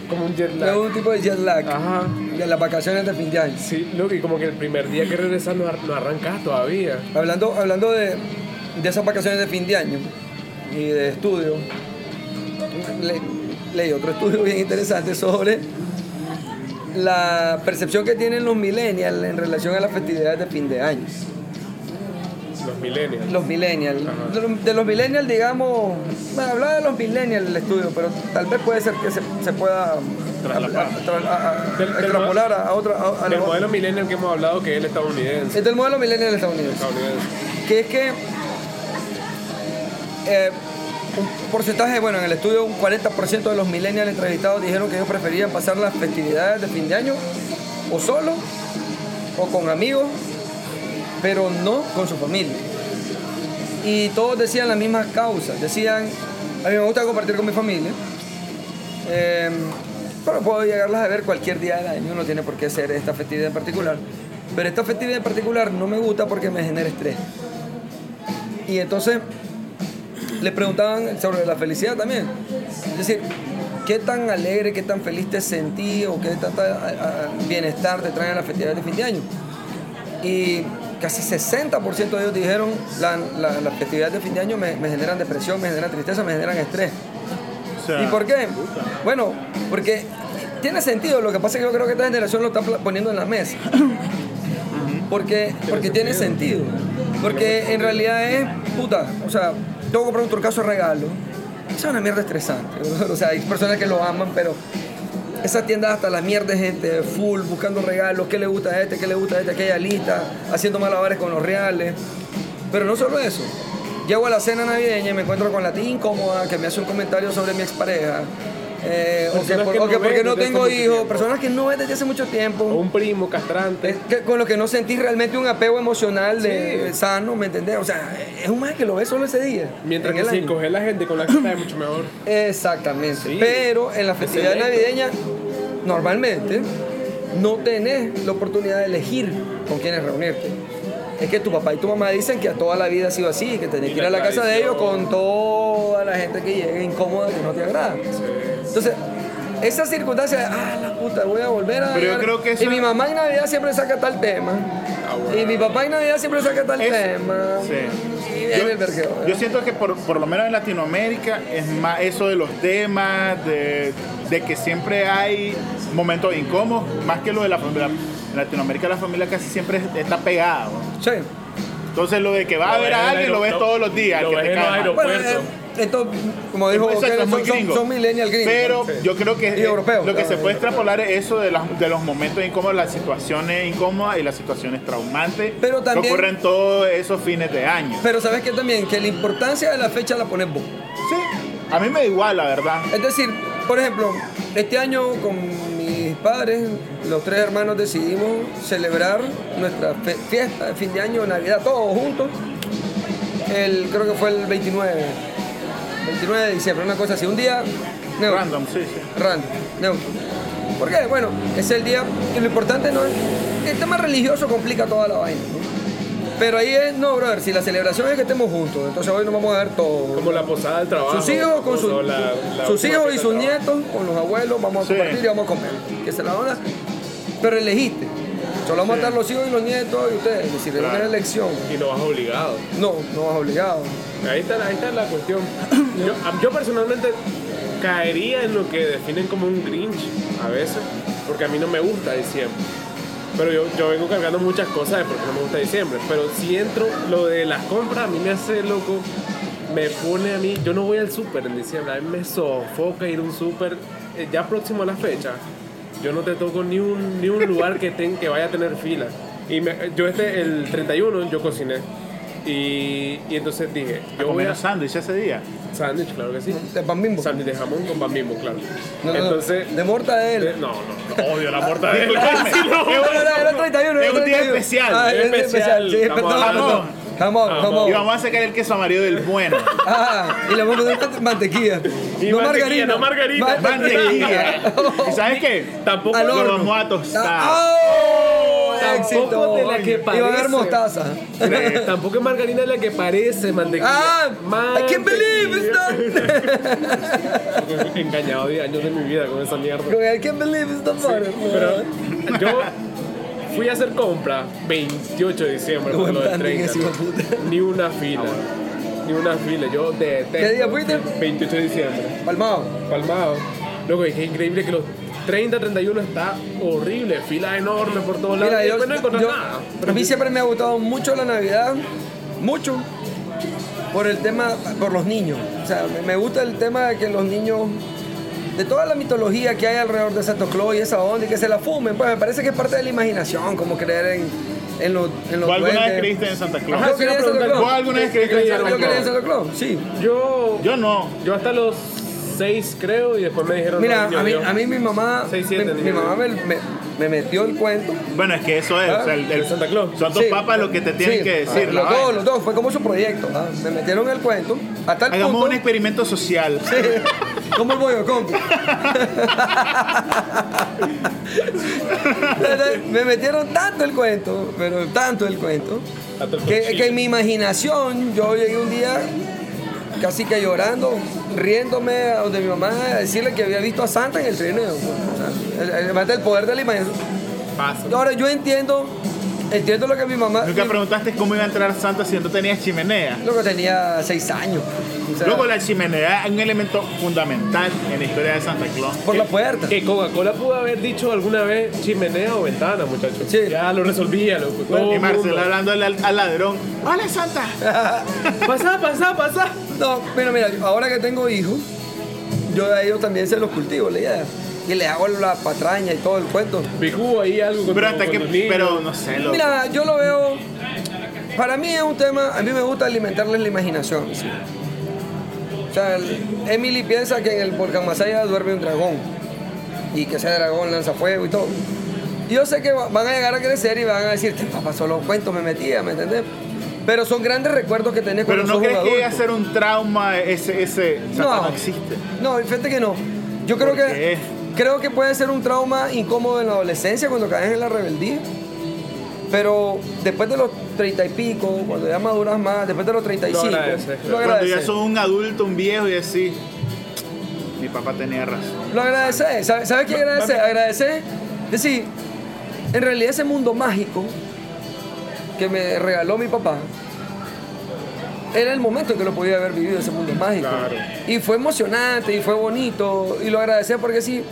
como un jet
Es
lag.
un tipo de jet lag.
Ah.
Ajá.
De las vacaciones de fin de año.
Sí, loco, y como que el primer día que regresas no, ar- no arrancas todavía.
Hablando, hablando de, de esas vacaciones de fin de año y de estudio, le- leí otro estudio bien interesante sobre la percepción que tienen los millennials en relación a las festividades de fin de año.
Los millennials.
Los millennials.
Ajá.
De los- De los millennials, digamos, bueno, hablaba de los millennials el estudio, pero tal vez puede ser que se, se pueda
Traslapar.
a- tra- a- a-
Del- del
extrapolar a, a otra. a- a
El
la-
modelo millennial que hemos hablado que es el estadounidense.
Es del modelo millennial estadounidense.
estadounidense.
que es que eh, un porcentaje, bueno, en el estudio un 40% de los millennials entrevistados dijeron que ellos preferían pasar las festividades de fin de año o solo o con amigos, pero no con su familia. Y todos decían las mismas causas, decían, a mí me gusta compartir con mi familia, eh, pero puedo llegarlas a ver cualquier día del año, no tiene por qué ser esta festividad en particular. Pero esta festividad en particular no me gusta porque me genera estrés. Y entonces le preguntaban sobre la felicidad también. Es decir, ¿qué tan alegre, qué tan feliz te sentí o qué tanta a- a- bienestar te traen las festividades de fin de año? Y casi 60% de ellos dijeron, la- la- las festividades de fin de año me, me generan depresión, me generan tristeza, me generan estrés.
O sea,
¿Y por qué?
puta.
Bueno, porque tiene sentido. Lo que pasa es que yo creo que esta generación lo está pla- poniendo en la mesa. Porque, porque tiene sentido. Porque en realidad es, puta, o sea, tengo que comprar un turcaso de regalo. Esa es una mierda estresante. O sea, hay personas que lo aman, pero esas tiendas hasta la mierda de gente, full, buscando regalos, qué le gusta a este, qué le gusta a este, aquella lista, haciendo malabares con los reales. Pero no solo eso. Llego a la cena navideña y me encuentro con la tía incómoda que me hace un comentario sobre mi expareja. eh, o que,
Personas
por-
que
o que
no
porque
ves
no
desde hace
tengo
mucho
hijos,
tiempo.
personas que no ves desde hace mucho tiempo.
O un primo castrante.
Es que con lo que no sentís realmente un apego emocional de, sano, ¿me entendés? O sea, es un más que lo ves solo ese día.
Mientras
en
que
el
si
año.
coges la gente con la que está es mucho mejor.
Exactamente.
Sí.
Pero en la festividad
Excelente.
navideña, normalmente, no tenés la oportunidad de elegir con quiénes reunirte. Es que tu papá y tu mamá dicen que a toda la vida ha sido así, que tenés
Y
que ir
la
a la casa de ellos
tradición.
con toda la gente que llega incómoda, que no te agrada. Entonces, esa circunstancia de, ah, la puta, voy a volver a...
Pero yo
llegar".
creo que eso
Y mi
es-
mamá en Navidad siempre saca tal tema.
Ah, bueno.
Y mi papá en Navidad siempre saca tal
Es-
tema.
Sí.
Y viene el vergueo, ¿verdad?
yo siento que por, por lo menos en Latinoamérica es más eso de los temas, de, de que siempre hay momentos incómodos, más que lo de la familia. En Latinoamérica la familia casi siempre está pegada. ¿no?
Sí.
Entonces lo de que va a
Lo
ver
ves en
a
el
alguien lo ves
aeropu-
todos los días.
lo
al que
ves
te
en los
cae mal.
aeropu-
Bueno,
Puerto.
eh, esto, como dijo
Exacto,
Bukele,
es muy
son, son-
gringo.
son millennial gringos.
Pero
Sí.
yo creo que eh,
Y europeo,
lo que se
claro.
puede extrapolar es eso de, las- de los momentos incómodos, las situaciones incómodas y las situaciones traumantes
Pero
que
también-
ocurren todos esos fines de año.
Pero sabes que también, que la importancia de la fecha la pones vos.
Sí, a mí me da igual, la verdad.
Es decir, por ejemplo, este año con mis padres, los tres hermanos decidimos celebrar nuestra fe- fiesta de fin de año, Navidad, todos juntos. El, creo que fue el 29, 29 de diciembre, una cosa así, un día neutro.
Random, sí, sí.
Random, neutro. ¿Por qué? Bueno, es el día, y lo importante no es, el tema religioso complica toda la vaina, ¿no? Pero ahí es, no, brother, si la celebración es que estemos juntos, entonces hoy nos vamos a ver todos.
Como la posada del trabajo.
Sus hijos, con
Como
sus-
la- la-
sus
la
hijos y
fiesta
sus
del trabajo.
nietos, con los abuelos, vamos a
Sí.
compartir y vamos a comer. Que se la van a... Pero elegiste. Solo vamos a estar los hijos y los nietos y ustedes. Es decir, es
Claro.
una elección.
Y no vas obligado.
No, no vas obligado.
Ahí está, ahí está la cuestión. Yo, yo personalmente caería en lo que definen como un Grinch a veces, porque a mí no me gusta diciembre. Pero yo, yo vengo cargando muchas cosas de por qué no me gusta diciembre. Pero si entro, lo de las compras a mí me hace loco. Me pone a mí, yo no voy al súper en diciembre, a mí me sofoca ir a un súper eh, ya próximo a la fecha. Yo no te toco ni un, ni un lugar que, ten- que vaya a tener fila. Y me- yo este, el 31, yo cociné. Y, y entonces dije,
A
yo voy
comer
a
un sándwich ese día.
sándwich, claro que sí.
De pan bimbo.
Sándwich de jamón con pan bimbo, claro.
No, no, no.
entonces,
de mortadela.
eh, no, no, odio la mortadela.
Disculpame,
Sí, no.
es
No, no, no, era
un-
31,
es
era
un día
31.
especial.
Ah, era
Es
un día
especial,
Sí,
estamos
perdón,
hablando.
perdón. Jamón, jamón.
Y vamos a sacar el queso amarillo del bueno.
Ah, y le vamos a poner mantequilla.
Y mantequilla,
no margarina.
no margarina.
Mantequilla. ¿Y sabes qué?
Tampoco
Al
Lo
horno. Ah,
vamos a tostar.
¡Oh!
Ah. Tampoco
Éxito.
de la que
Y va a haber
parece.
mostaza.
Eh, Tampoco es margarina la que parece mantequilla.
Ah, I can't believe it's not.
Mantequilla. Engañado 10 años de mi vida con esa mierda.
I can't believe it's not butter.
Pero yo fui a hacer compra 28 de diciembre, por
Buen
lo del 30.
planning ese, hijo de puta.
Ni una fila. Ni una fila. Yo detesto.
¿Qué día fuiste?
28 de diciembre.
Palmado.
Palmado. Loco, es que increíble que los 30, 31 está horrible. Fila enorme por todos lados.
Mira,
y
yo,
después no encontrás
yo-
nada.
a mí siempre me ha gustado mucho la Navidad, mucho, por el tema, por los niños. O sea, me- me gusta el tema de que los niños, de toda la mitología que hay alrededor de Santo Claus y esa onda, y que se la fumen, pues me parece que es parte de la imaginación, como creer en, en los, en los
¿Vos alguna vez
duendes.
creíste en Santa Claus?
Ajá,
Ajá, sí,
quería
una
hacerlo,
pregunta.
claro.
¿Vos alguna vez creíste en
Yo-
Santa
¿Yo
Claus?
creía en Santo Claus? Sí.
Yo, yo,
Yo no.
hasta los 6 creo y después me dijeron.
Mira,
no,
a mí,
niño,
a mí mi mamá,
Seis, siete,
mi, mi
niño.
mamá me, me- me metió el cuento.
Bueno, es que eso es. o sea, el, el-
¿De Santa Claus?
Son tus
Sí.
papas los que te tienen
Sí.
que decir.
Ah,
la
Los dos,
vaina.
los dos, fue como su proyecto. ¿ah? Me metieron el cuento. Hasta el
Hagamos
punto.
un experimento social.
Sí. ¿Cómo voy yo, compi? Me metieron tanto el cuento, pero tanto el cuento,
Tanto el
que,
cuchillo.
que en mi imaginación yo llegué un día casi que llorando, riéndome a donde mi mamá a decirle que había visto a Santa en el trineo. pues. O sea, el- el- el poder de la imaginación.
pasa.
Ahora yo entiendo, entiendo lo que mi mamá...
Nunca
mi-
preguntaste cómo iba a entrar Santa si no tenías chimenea.
Lo que tenía seis años. O sea,
Luego la chimenea es un elemento fundamental en la historia de Santa Claus.
por la puerta.
Que Coca-Cola pudo haber dicho alguna vez chimenea o ventana, muchachos.
Sí.
Ya lo resolvía, loco. Todo
Y
el mundo.
Marcelo hablando al, al ladrón. ¡Hola, Santa!
Pasá, pasá, pasá.
No, pero mira, ahora que tengo hijos, yo a ellos también se los cultivo, la idea. Y les hago la patraña y todo el cuento.
Picú ahí algo con
Pero
todo,
hasta
con
que...
los niños.
Pero no sé, loco.
Mira, yo lo veo. Para mí es un tema. A mí me gusta alimentarles la imaginación. O sea, el- Emily piensa que en el volcán Masaya duerme un dragón. Y que ese dragón lanza fuego y todo. Y Yo sé que va- van a llegar a crecer y van a decir, que papá solo cuentos me metía, ¿me entendés? Pero son grandes recuerdos que tenés
Pero
cuando
no
sos un
crees que llega a
adulto.
ser un trauma ese... ese Santa no, existe.
No, fíjate que no. Yo creo
¿Por
que
qué?
creo que puede ser un trauma incómodo en la adolescencia cuando caes en la rebeldía. Pero después de los treinta y pico, cuando ya maduras más, después de los 35,
Lo agradeces,
lo
Cuando ya
agradeces.
sos un adulto, un viejo y así... Mi papá tenía razón.
Lo agradeces. ¿Sabes, sabes qué agradecer? Agradecer, decir, en realidad ese mundo mágico que me regaló mi papá, era el momento en que lo podía haber vivido ese mundo mágico.
Claro.
Y fue emocionante, y fue bonito, y lo agradecí porque sí,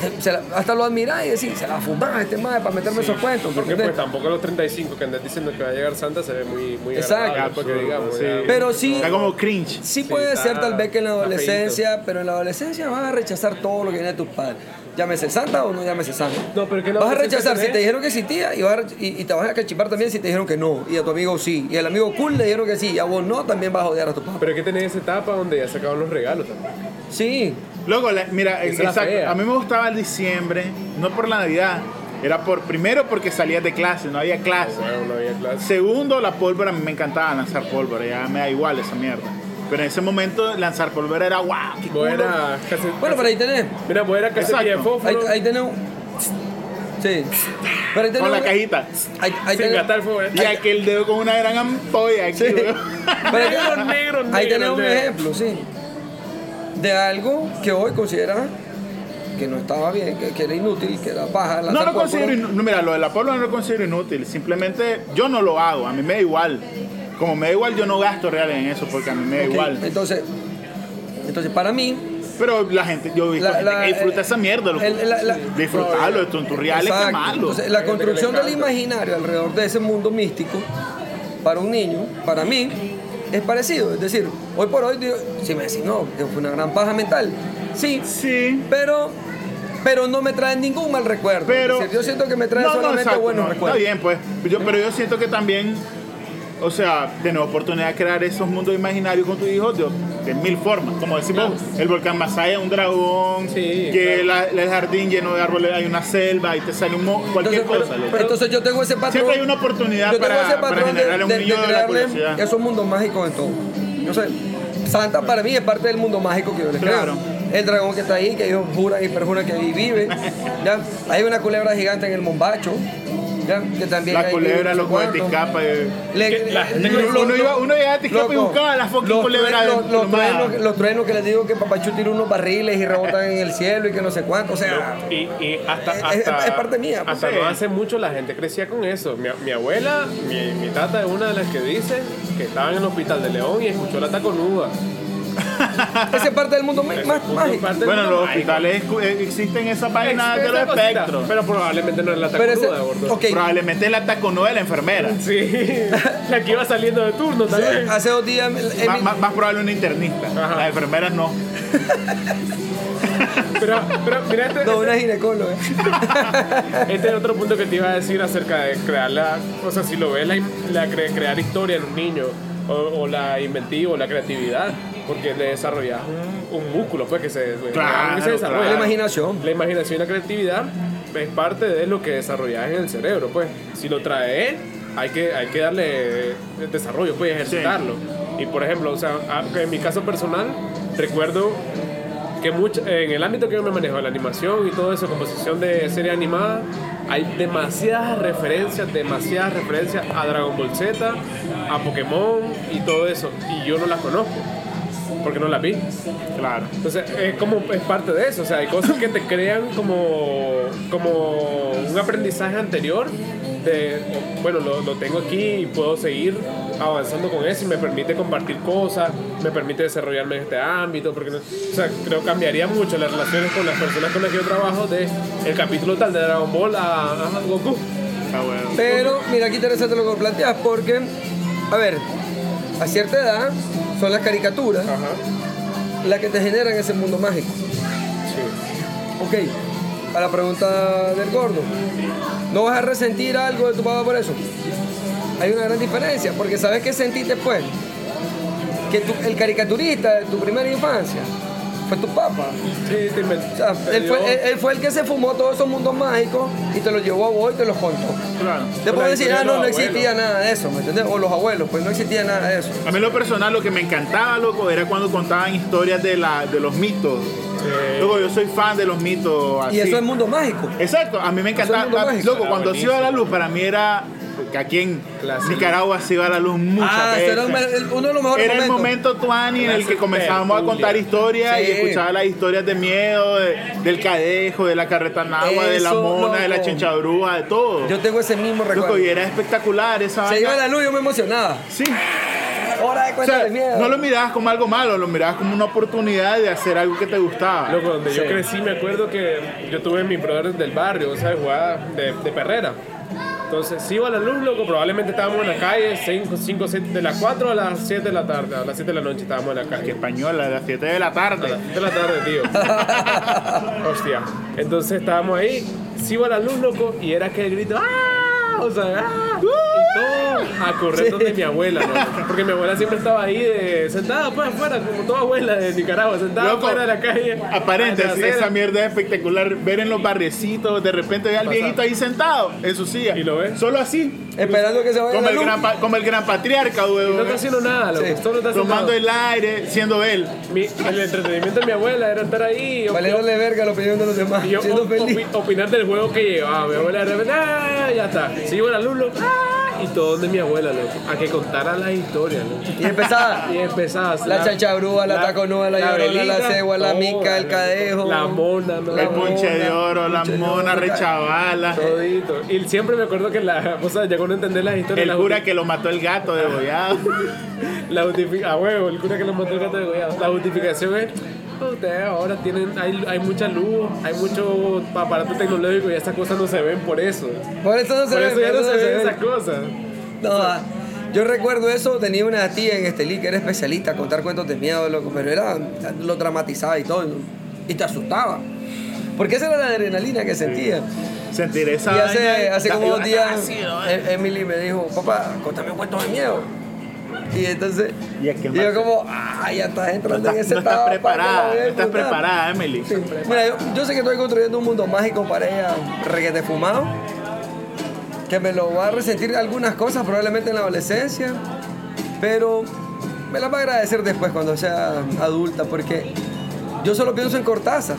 se- se la- hasta lo admiraba y decía, se la fumaba este madre para meterme esos cuentos.
Porque
¿entendés?
pues tampoco a los 35 que andas diciendo que va a llegar Santa se ve muy, muy
Exacto.
agradable, porque
Absurdo,
digamos,
sí.
ya-
Pero sí,
Está como cringe.
sí
sí,
puede
está-
ser tal vez que en la
está feíto.
adolescencia, pero en la adolescencia vas a rechazar todo lo que viene de tus padres. Llámese santa o no llámese santa.
No, pero que la
Vas a
adolescencia
rechazar si
tenés-
te dijeron que existía y, vas a rech- y, y te vas a cachipar también si te dijeron que no. Y a tu amigo sí. Y al amigo cool le dijeron que sí. Y a vos no, también vas a odiar a tu papá.
Pero es que tenés esa etapa donde ya se acaban los regalos también.
Sí,
Luego, la- mira,
Esa es la
exacto,
fea.
a mí me gustaba el diciembre, no por la Navidad, era por primero porque salías de clase, no había clase.
Bueno, no había clase.
Segundo, la pólvora, a mí me encantaba lanzar pólvora, ya me da igual esa mierda. Pero en ese momento lanzar pólvora era guau, qué culo.
Vos eras casi.
bueno, pero ahí tenés.
Mira, vos eras casi
Exacto.
de
Ahí,
fósforo.
ahí tenés un... Sí. Pero ahí tenés
Con la
un-
cajita.
Ahí, ahí
sin
tenés-
gastar fuego.
Y aquel dedo con una gran ampolla aquí,
Sí.
weón.
Pero ahí
Negro,
tenés-
negro,
Ahí tenés
negro,
un
negro.
ejemplo, sí. De algo que hoy consideras que no estaba bien, que, que era inútil, que era paja.
No
lanzar
lo
pólvora.
considero inútil. Mira, lo de la pólvora no lo considero inútil. Simplemente yo no lo hago, a mí me da igual. Como me da igual, yo no gasto real en eso porque a mí me da
Ok,
igual.
Entonces, entonces, para mí,
Pero la gente, yo he visto
La-
gente
la-
que disfruta esa mierda, loco.
el- la- la-
Disfrutarlo, esto en tus reales
Exacto.
qué malo.
Entonces, la
Hay gente que le
construcción del
encanta.
imaginario alrededor de ese mundo místico, para un niño, para mí, es parecido. Es decir, hoy por hoy, digo, si me decís, no, que fue una gran paja mental. Sí,
Sí.
pero, pero no me trae ningún mal recuerdo.
Pero.
Es decir, yo siento que me trae
No, no,
solamente
exacto,
buenos
no,
recuerdos.
Está bien, pues. Yo, pero yo siento que también. O sea, tener oportunidad de crear esos mundos imaginarios con tu hijo, yo de mil formas. Como decimos, el volcán Masaya es un dragón,
Sí,
que la- el jardín lleno de árboles hay una selva y te sale un mo-
Entonces,
cualquier
pero-
cosa. loco.
pero entonces yo tengo ese patrón.
Siempre hay una oportunidad
yo tengo
para-
ese
para
patrón de-
generarle un
de, de
niño de la
crearle
curiosidad.
esos mundos mágicos en todo. Yo sé, Santa para mí es parte del mundo mágico que yo le creo.
Claro.
El dragón que está ahí, que ellos juran y perjuran que ahí vive. ¿ya? Hay una culebra gigante en el Mombacho. ¿ya? Que también
la
hay-
culebra,
en su
loco de
cuarto.
Tizcapa, eh.
Le-
Que la gente
lo-
que-
lo-
uno iba- uno llegaba a Tizcapa y
loco,
buscaba la fucking
los
culebra
truenos-
de-
los,
nomás.
truenos, los truenos que les digo que Papachú tira unos barriles y rebotan en el cielo y que no sé cuánto. O sea,
Y, y hasta,
Es-
hasta-
es- es parte mía, pues,
Hasta
sí.
no hace mucho la gente crecía con eso. Mi, mi abuela, mi, mi tata es una de las que dice que estaba en el hospital de León y escuchó la taconuda.
esa es parte del mundo ma-
Eso
más
es justo
mágico.
parte del
Bueno,
mundo
los
mágico.
hospitales escu- eh, existen esa vaina
Esa
de los
cosita,
espectros.
Pero probablemente no era la
Pero ese-
taconuda, gordo.
ok,
Probablemente la taconó de la enfermera.
Sí, la que iba saliendo de turno también.
hace dos días el- el-
Más, más- más probable una internista.
Ajá.
Las enfermeras no.
Pero, pero mira este,
no, una ginecóloga.
Este es otro punto que te iba a decir acerca de crear la. O sea, si lo ves, la, la cre- crear historia en un niño, o, o la inventiva, o la creatividad, porque le desarrollas un, un músculo, pues que se,
Claro,
que se desarrolla.
La imaginación.
La imaginación y la creatividad es parte de lo que desarrollas en el cerebro, pues. Si lo traes, hay que, hay que darle eh, desarrollo, pues, ejercitarlo. Y por ejemplo, o sea, a- en mi caso personal, recuerdo que mucho, en el ámbito que yo me manejo, la animación y todo eso, composición de serie animada, hay demasiadas referencias, demasiadas referencias a Dragon Ball Z, a Pokémon y todo eso. Y yo no las conozco, porque no las vi.
Claro.
Entonces, es como es parte de eso. O sea, hay cosas que te crean como, como un aprendizaje anterior. De, bueno, lo, lo tengo aquí y puedo seguir avanzando con eso y me permite compartir cosas, me permite desarrollarme en este ámbito. Porque, no- o sea, creo que cambiaría mucho las relaciones con las personas con las que yo trabajo de el capítulo tal de Dragon Ball a, a Goku.
Está Ah, bueno.
Pero mira, aquí interesante lo que planteas, porque, a ver, a cierta edad son las caricaturas
Ajá.
las que te generan ese mundo mágico.
Sí.
Ok, a la pregunta del gordo, ¿no vas a resentir algo de tu papá por eso? Hay una gran diferencia, porque ¿sabes qué sentí después? Que tu- el caricaturista de tu primera infancia fue tu papá.
Sí, te invent-
O sea,
te
él,
dio-
fue, eh, él- él fue el que se fumó todos esos mundos mágicos y te los llevó a vos y te los contó.
Claro.
Te puedo
la
decir,
historia
ah,
de
no,
los
no existía
abuelos.
nada de eso, ¿me entiendes? O los abuelos, pues no existía nada de eso.
A mí lo personal lo que me encantaba, loco, era cuando contaban historias de, la, de los mitos.
Sí.
Loco, yo soy fan de los mitos. Así.
Y eso es mundo mágico.
Exacto, a mí me
Eso es mundo
encantaba.
mágico.
Loco,
Ah,
cuando se
buenísimo.
iba a la luz, para mí era. Que aquí en
Clásico.
Nicaragua se iba a la luz muchas
Ah,
veces.
ese era un- el- uno de los mejores
Era el
momentos.
momento, Tuani, en el que
Clase
comenzábamos a contar
tertulia.
historias y
Sí.
escuchaba las historias de miedo, de- del cadejo, de la carretanagua, de la
Eso,
mona, de la
loco.
chinchadruja, de todo.
Yo tengo ese mismo
Loco,
recuerdo.
y era espectacular esa
Se iba
vaina.
la luz, yo me emocionaba.
Sí,
Hora de
o
cuenta
sea,
de miedo.
no lo mirabas como algo malo, lo mirabas como una oportunidad de hacer algo que te gustaba.
Loco, donde yo crecí, me acuerdo que yo tuve mis brothers del barrio, ¿sabes? Jugaba de, de perrera. Entonces, si iba a la luz, loco, probablemente estábamos en la calle 5, 5, 7, de las 4 a las 7 de la tarde, a las 7 de la noche estábamos en la
Que
calle.
española, a las 7 de la
A
tarde.
las 7 de la tarde, tío. Hostia. Entonces estábamos ahí, si iba a la luz, loco, y era aquel grito, ¡ah! O sea, ¡ah! Y todo a correr
Sí.
donde mi abuela, ¿no? Porque mi abuela siempre estaba ahí, de- sentada pues afuera, como toda abuela de Nicaragua, sentada
Loco,
afuera de la calle.
Aparente,
en la
sí,
acera.
esa mierda es espectacular. Ver en los barrecitos, de repente ve al
Pasar.
viejito ahí sentado en su silla.
¿Y lo ves?
Solo así.
Esperando que se vaya
Como
la
el,
luz.
gran, pa- como el gran patriarca,
No
huevón. ¿eh?
está haciendo nada, loco.
Sí.
Solo está sentado.
Tomando el aire, siendo él.
Mi- el entretenimiento de mi abuela era estar ahí y op-
Valiéndole verga la opinión de los demás.
y yo
siendo
op-
feliz.
opi- opinar del juego que llevaba. Mi abuela de repente, ¡ah! ya está. Sigo el alumno, ¡ah! y todo de mi abuela, loco. A que contara las historias, loco.
Y empezaba.
Y empezaba
La chachabrúa, la taconúa, la llorona, la
velita,
cegua, la
todo,
mica, el
loco.
cadejo.
La mona, ¿no?
La
El
mona,
ponche de oro, la
ponche de
mona
oro,
rechavala.
Todito. Y siempre me acuerdo que la cosa, ya cuando entender las historias,
El
la
cura que lo mató el gato de bollado.
La justificación, a huevo, el cura que los mató el gato de Goya. La justificación es, ustedes ahora tienen, hay, hay mucha luz, hay mucho aparato tecnológico y estas cosas no se ven por eso.
Por eso no se
Por
ve.
eso ya no se
ve.
ven esas cosas.
No, ah, yo recuerdo eso, tenía una tía en Estelí que era especialista a contar cuentos de miedo, loco, pero era, lo dramatizaba y todo, y te asustaba. Porque esa era la adrenalina que sentía.
Sentiré esa
Y hace,
vaina.
hace como
Ah,
dos días,
sí, ¿no?
E- Emily me dijo, papá, contame un cuento de miedo. Y entonces,
Y aquí el
y yo
Marcel.
como, ah, ya estás
No
entrando
estás,
en ese
no estás
etapa que la
preparada,
voy a
no estás
disfrutar".
preparada, Emily.
Sí. Mira, yo, yo sé que estoy construyendo un mundo mágico para ella, reguete fumado, que me lo va a resentir algunas cosas probablemente en la adolescencia, pero me las va a agradecer después cuando sea adulta, porque yo solo pienso en Cortázar.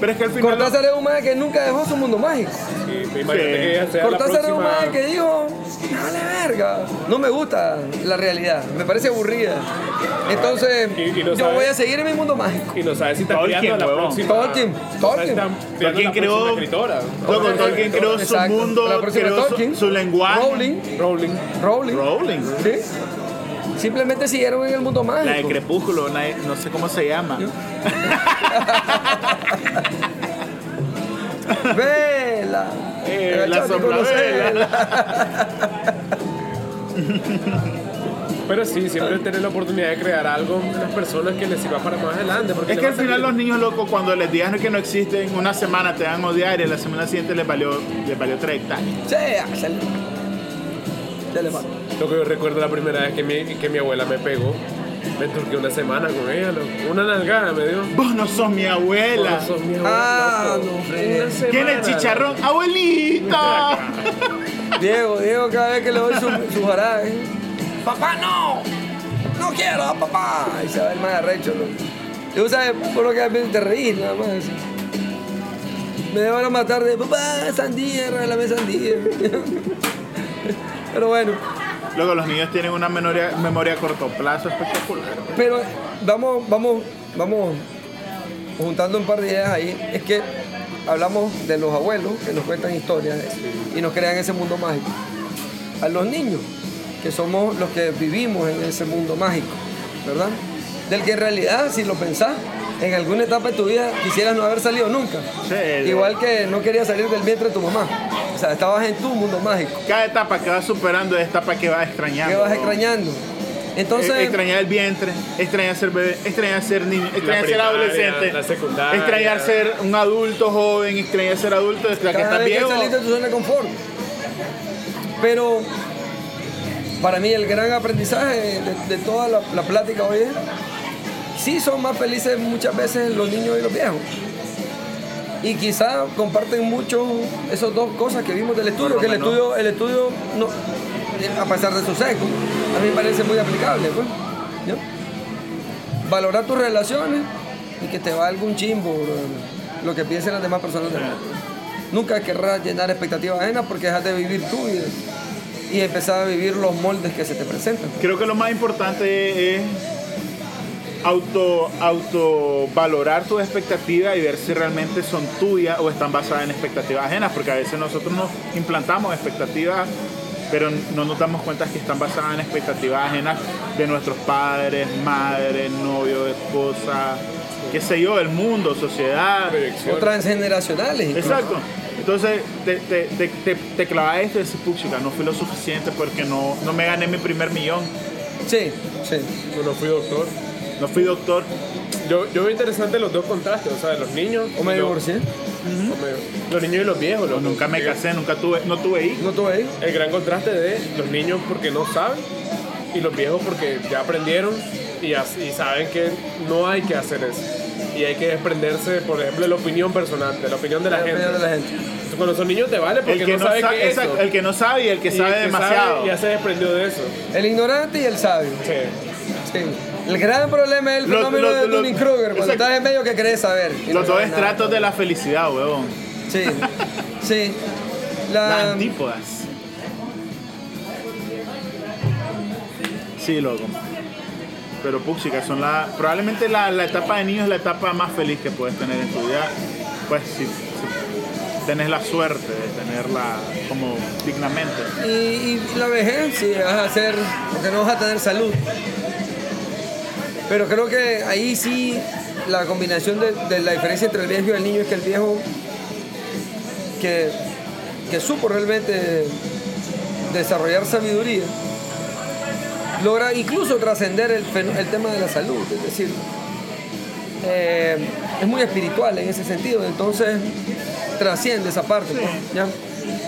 Pero es que al final.
Cortázar es un madre que nunca dejó su mundo mágico.
imagínate
Sí.
que ella sea la
Cortázar es un
próxima-
madre que dijo, dale verga, no me gusta la realidad, me parece aburrida. Entonces,
Y- y no
yo
sabe-
voy a seguir en mi mundo mágico.
Y no sabes si está
Tolkien,
creando a la
huevón.
próxima.
Tolkien,
no sabes si
Tolkien.
está creando a
Tolkien
la
creó-
próxima escritora.
Loco, Tolkien creó su
Exacto. La
mundo,
próxima
creó su,
Tolkien,
su lenguaje.
Rowling,
Rowling.
Rowling.
Rowling.
¿sí? Simplemente siguieron en el mundo
La de
mágico.
Crepúsculo, la de- no sé cómo se llama.
Vela.
Eh,
Era
la
Charlie con los
soplavela.
Pero sí, siempre tener la oportunidad de crear algo en las personas que les sirva para más adelante. Porque
Es
le
que
va
al
a
final
servir.
los niños locos cuando les digan que no existen, una semana te van a odiar y la semana siguiente les valió, les valió tres hectáreas.
Sí, Axel. Ya le va.
Lo que yo recuerdo la primera vez que mi, que mi abuela me pegó, me turqué una semana con ella, loco. una nalgada me dio.
Vos no sos mi abuela.
Vos sos mi abuela,
Ah,
loco.
no,
Una
Fred.
semana,
¿Quién es chicharrón? ¡Abuelita!
Diego, Diego, cada vez que le doy su, su jarabe. ¡Papá, no! ¡No quiero, papá! Y se va el más arrecho, loco. Y tú sabes, por lo que te reís, nada más. así. Me van a matar de papá, sandía, regálame sandía. Pero bueno,
Luego los niños tienen una memoria, memoria a corto plazo espectacular.
pero vamos, vamos, vamos juntando un par de ideas ahí. Es que hablamos de los abuelos que nos cuentan historias y nos crean ese mundo mágico. A los niños, que somos los que vivimos en ese mundo mágico, ¿verdad? Del que en realidad, si lo pensás, en alguna etapa de tu vida quisieras no haber salido nunca.
Sí, de-
Igual que no querías salir del vientre de tu mamá. O sea, estabas en tu mundo mágico.
Cada etapa que vas superando es etapa que vas extrañando.
que vas
¿no?
extrañando. Entonces,
Eh, extrañar el vientre, extrañar ser bebé, extrañar ser niño, extrañar ser
primaria,
adolescente,
la secundaria.
extrañar ser un adulto joven, extrañar ser adulto, extrañar que
cada
estás
vez que
viejo.
salís de tu zona de confort. Pero para mí el gran aprendizaje de, de toda la, la plática hoy es, sí son más felices muchas veces los niños y los viejos. Y quizá comparten mucho esas dos cosas que vimos del estudio,
Por lo
que el
menos.
estudio, el estudio no, a pesar de su sexo, a mí me parece muy aplicable. Pues, ¿no? Valorar tus relaciones y que te valga un chimbo bro, lo que piensen las demás personas. de vos. Nunca querrás llenar expectativas ajenas porque dejas de vivir tú y, y empezar a vivir los moldes que se te presentan.
Creo que lo más importante es auto autovalorar tus expectativas y ver si realmente son tuyas o están basadas en expectativas ajenas, porque a veces nosotros nos implantamos expectativas, pero no nos damos cuenta que están basadas en expectativas ajenas de nuestros padres, madres, novios, esposas, qué sé yo, del mundo, sociedad.
Proyección.
O transgeneracionales. incluso.
Exacto. Entonces te, te, te, te, te clavas esto y dices, "Puchica, no fui lo suficiente porque no, no me gané mi primer millón,
Sí, sí.
Yo no fui doctor.
no fui doctor.
Yo, yo veo interesante los dos contrastes, o sea, de los niños.
O me
y los-
divorcié.
o me- Los niños y los viejos,
Yo
loco.
nunca me casé, nunca tuve, no tuve hijos.
No tuve hijos.
El gran contraste de los niños porque no saben y los viejos porque ya aprendieron y, as- y saben que no hay que hacer eso. Y hay que desprenderse, por ejemplo, de la opinión personal, de la opinión de la,
La
gente.
opinión de la gente.
Cuando son niños te vale porque
El que
no,
no,
sabe
sa-
qué es
exacto,
eso.
el que no sabe y el que
Y
sabe
el que sabe
demasiado.
ya se desprendió de eso.
El ignorante y el sabio.
Sí.
Sí. El gran problema es el
Lo-
fenómeno
lo-
de
lo-
Dunning Kruger, cuando
exacto.
estás en medio que crees saber. y no
Los dos
sabes nada.
estratos de la felicidad, huevón.
Sí. Sí.
Las
La,
antípodas. Sí, loco. Pero puchica, son la. Probablemente la, la etapa de niño es la etapa más feliz que puedes tener en tu vida. Pues si, si tenés la suerte de tenerla como dignamente.
y, y la vejez, sí, vas a hacer, porque no vas a tener salud. Pero creo que ahí sí la combinación de, de la diferencia entre el viejo y el niño es que el viejo que, que supo realmente desarrollar sabiduría logra incluso trascender el, fen- el tema de la salud, es decir, eh, es muy espiritual en ese sentido, entonces trasciende esa parte, pues, ¿ya?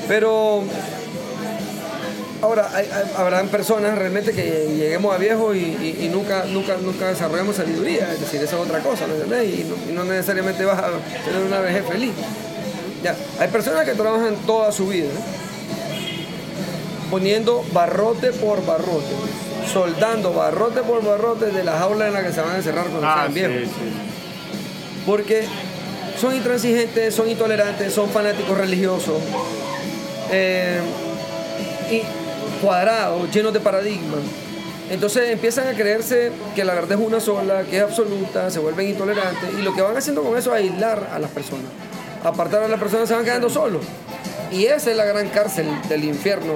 Pero Ahora, hay- hay- habrán personas realmente que lleguemos a viejos y, y- y nunca, nunca, nunca desarrollemos sabiduría, es decir, esa es otra cosa, ¿me entendés? Y no, y no necesariamente vas a tener una vejez feliz. Ya, hay personas que trabajan toda su vida, ¿no? poniendo barrote por barrote, soldando barrote por barrote de la jaula en la que se van a encerrar cuando
Ah,
sean
sí,
viejos.
sí.
Porque son intransigentes, son intolerantes, son fanáticos religiosos. eh, y cuadrados, llenos de paradigmas. Entonces empiezan a creerse que la verdad es una sola, que es absoluta, se vuelven intolerantes. Y lo que van haciendo con eso es aislar a las personas. Apartar a las personas, se van quedando solos. Y esa es la gran cárcel del infierno,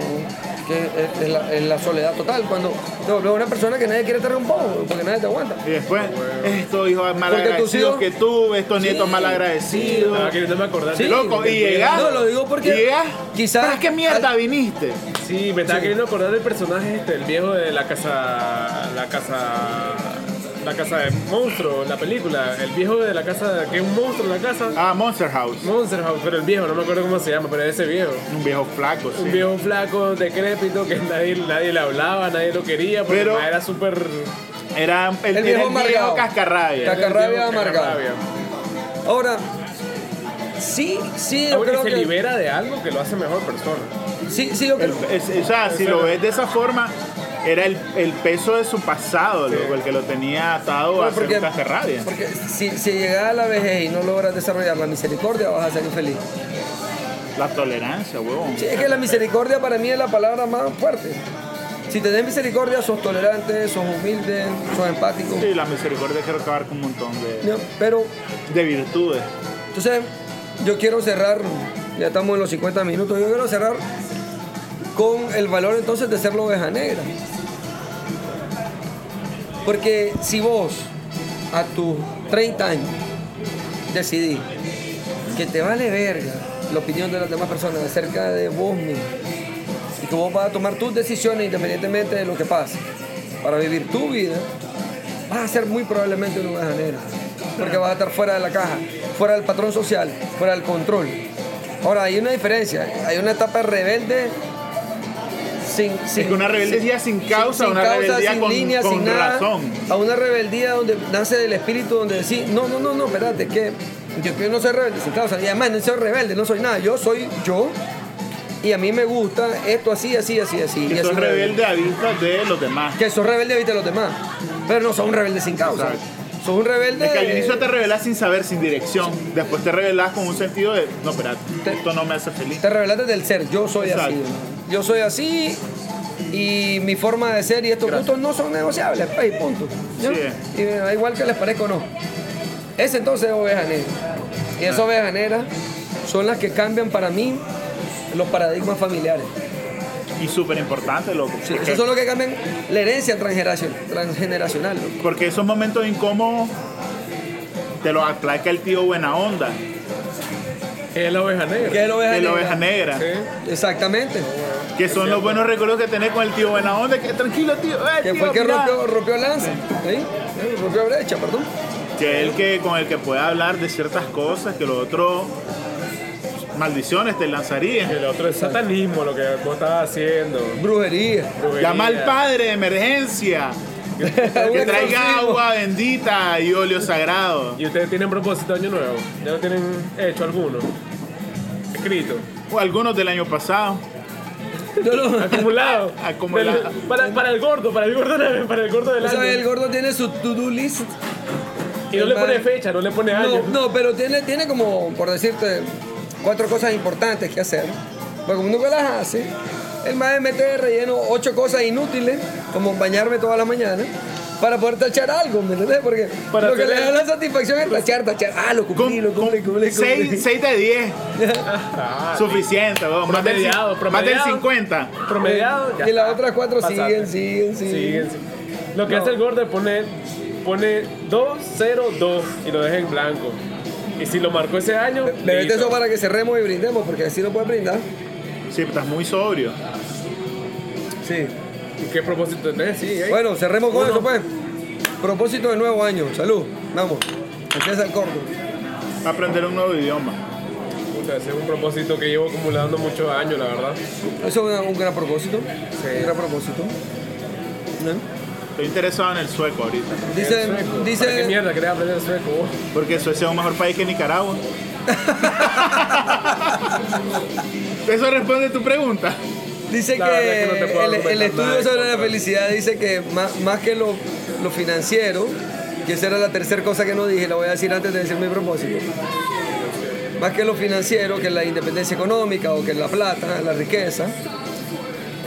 que es- es la, es la soledad total. Cuando te vuelves una persona que nadie quiere tener un poco, porque nadie te aguanta.
Y después, estos hijos
tus hijos-
malagradecidos que tuve, estos nietos
Sí.
malagradecidos.
Ah, que no me acordaba.
Sí.
Loco, y
entiendo.
llegas.
No, lo digo porque
Llegas.
quizás-
¿Para qué mierda
al-
viniste?
Sí, me estaba queriendo acordar del personaje este, el viejo de la casa. La casa. La casa de monstruo, la película. El viejo de la casa. que es un monstruo en la casa.
Ah, Monster House.
Monster House, pero el viejo, no me acuerdo cómo se llama, pero ese viejo.
Un viejo flaco, sí.
Un viejo flaco, decrépito, que nadie, nadie le hablaba, nadie lo quería, porque
Pero-
el mae era súper.
Era el,
El
era
viejo
el viejo
amargado.
cascarrabia.
era el viejo
Cacarrabia amargado.
cacarrabia.
Ahora, sí, sí,
Ah,
yo
bueno, y
creo
se
que...
libera de algo que lo hace mejor persona.
Sí, sí, yo creo.
El- es- o sea, si lo ves de esa forma, era el, el peso de su pasado, loco, el que lo tenía atado a
Bueno,
ser un cascarrabia.
porque si, si llegas a la vejez y no logras desarrollar la misericordia, vas a ser infeliz.
La tolerancia, huevón.
Sí, es que la misericordia para mí es la palabra más fuerte. Si tenés misericordia, sos tolerante, sos humilde, sos empático.
Sí, la misericordia quiero acabar con un montón de,
¿no? Pero,
de virtudes.
entonces, yo quiero cerrar, ya estamos en los 50 minutos, yo quiero cerrar con el valor entonces de ser la oveja negra. Porque si vos a tus 30 años decidí que te vale verga la opinión de las demás personas acerca de vos mismo y que vos vas a tomar tus decisiones independientemente de lo que pase para vivir tu vida, vas a ser muy probablemente una oveja negra. Porque vas a estar fuera de la caja, fuera del patrón social, fuera del control. Ahora, hay una diferencia. Hay una etapa rebelde sin... sin
Es que una rebeldía sin causa,
sin
una
causa,
rebeldía
sin
con,
línea,
con
sin nada,
razón.
a una rebeldía donde nace del espíritu, donde decís, no, no, no, no, espérate, que yo, yo no soy rebelde sin causa, y además no soy rebelde, no soy nada, yo soy yo, y a mí me gusta esto así, así, así, así.
Que
y
sos
soy
rebelde a vista de los demás.
Que sos rebelde, viste los demás, pero no sos un rebelde sin causa,
Exacto.
sos un rebelde...
Es que al inicio
eh,
te revelás sin saber, sin dirección. Después te revelás con un sentido de, no, espera,
Te-
esto no me hace feliz.
Te revelaste del ser, yo soy
Exacto.
así. Yo soy así y mi forma de ser y estos
Gracias.
puntos no son negociables, pues, y punto. ¿no?
Sí.
Y me da igual que les parezca o no. Ese entonces es oveja negra. Y esas
Ah.
ovejas negras son las que cambian para mí los paradigmas familiares.
Y súper importante, loco.
Sí,
porque-
esos son los que cambian la herencia transgeneracion- transgeneracional. ¿no?
Porque esos momentos incómodos te los aplaca el tío buena onda,
Es la oveja negra.
¿Qué es la oveja
de la
negra?
oveja negra.
Sí.
Exactamente.
Que son los buenos recuerdos que tenés con el tío buena onda. Que tranquilo, tío. eh,
Que
tío,
fue el que
mirá.
rompió, rompió lanza. ¿sí? Eh, Rompió brecha, perdón.
Que el que con el que puede hablar de ciertas cosas que los otros maldiciones te lanzarían.
El otro es satanismo, lo que vos estabas haciendo.
Brujería.
brujería.
Llama al padre de emergencia. Que
Un
traiga
exorcismo.
agua bendita y óleo sagrado.
¿Y ustedes tienen propósito de año nuevo? ¿Ya lo tienen hecho alguno? Escrito,
O algunos del año pasado.
Yo lo-
acumulado.
Acumulado.
Del- para, para el gordo, para el gordo, para el gordo del
Tú sabes, el
año.
gordo tiene su to-do list.
Y no le
el man-
pone fecha, no le pone año.
No, no, pero tiene, tiene como, por decirte, cuatro cosas importantes que hacer. Porque como nunca las hace, el maestro mete de relleno ocho cosas inútiles, como bañarme todas las mañanas, para poder tachar algo, ¿me entiendes? Porque
Para
lo que le
tener-
da la satisfacción es tachar, tachar. Ah, lo cumplí, lo cumplí, cumplí, cumplí.
6 de 10.
Ah,
Suficiente, weón. Más del,
Promediado,
cin- más del
promediado.
50.
promediado. ya
Y las
está.
otras cuatro
Pasaste.
siguen, siguen, siguen.
Siguen, siguen. Lo que
No.
hace el gordo es poner, pone 2-0-2 y lo deja en blanco. Y si lo marcó ese año,
Bebete
listo.
eso para que cerremos y brindemos, porque así no puedes brindar.
Sí, estás muy sobrio.
Sí.
¿Y ¿qué propósito tenés? Sí, ¿eh?
Bueno, cerremos con
Uno.
eso pues. Propósito de nuevo año. Salud. Vamos. Empieza el corto.
Aprender un nuevo idioma.
gusta, ese es un propósito que llevo acumulando muchos años, la verdad.
Eso es una- un gran propósito. Un gran propósito. ¿No?
Estoy interesado en el sueco ahorita.
Dice,
El sueco. ¿Para ¿Qué
dice,
mierda querés aprender el sueco vos?
Porque Suecia es un mejor país que Nicaragua. Eso responde tu pregunta.
dice
La verdad
que
es que no te puedo
el, el
argumentar nada
estudio
en
sobre la
contra.
felicidad dice que más, más que lo, lo financiero, que esa era la tercera cosa que no dije, la voy a decir antes de decir mi propósito. Más que lo financiero, que la independencia económica o que la plata, la riqueza,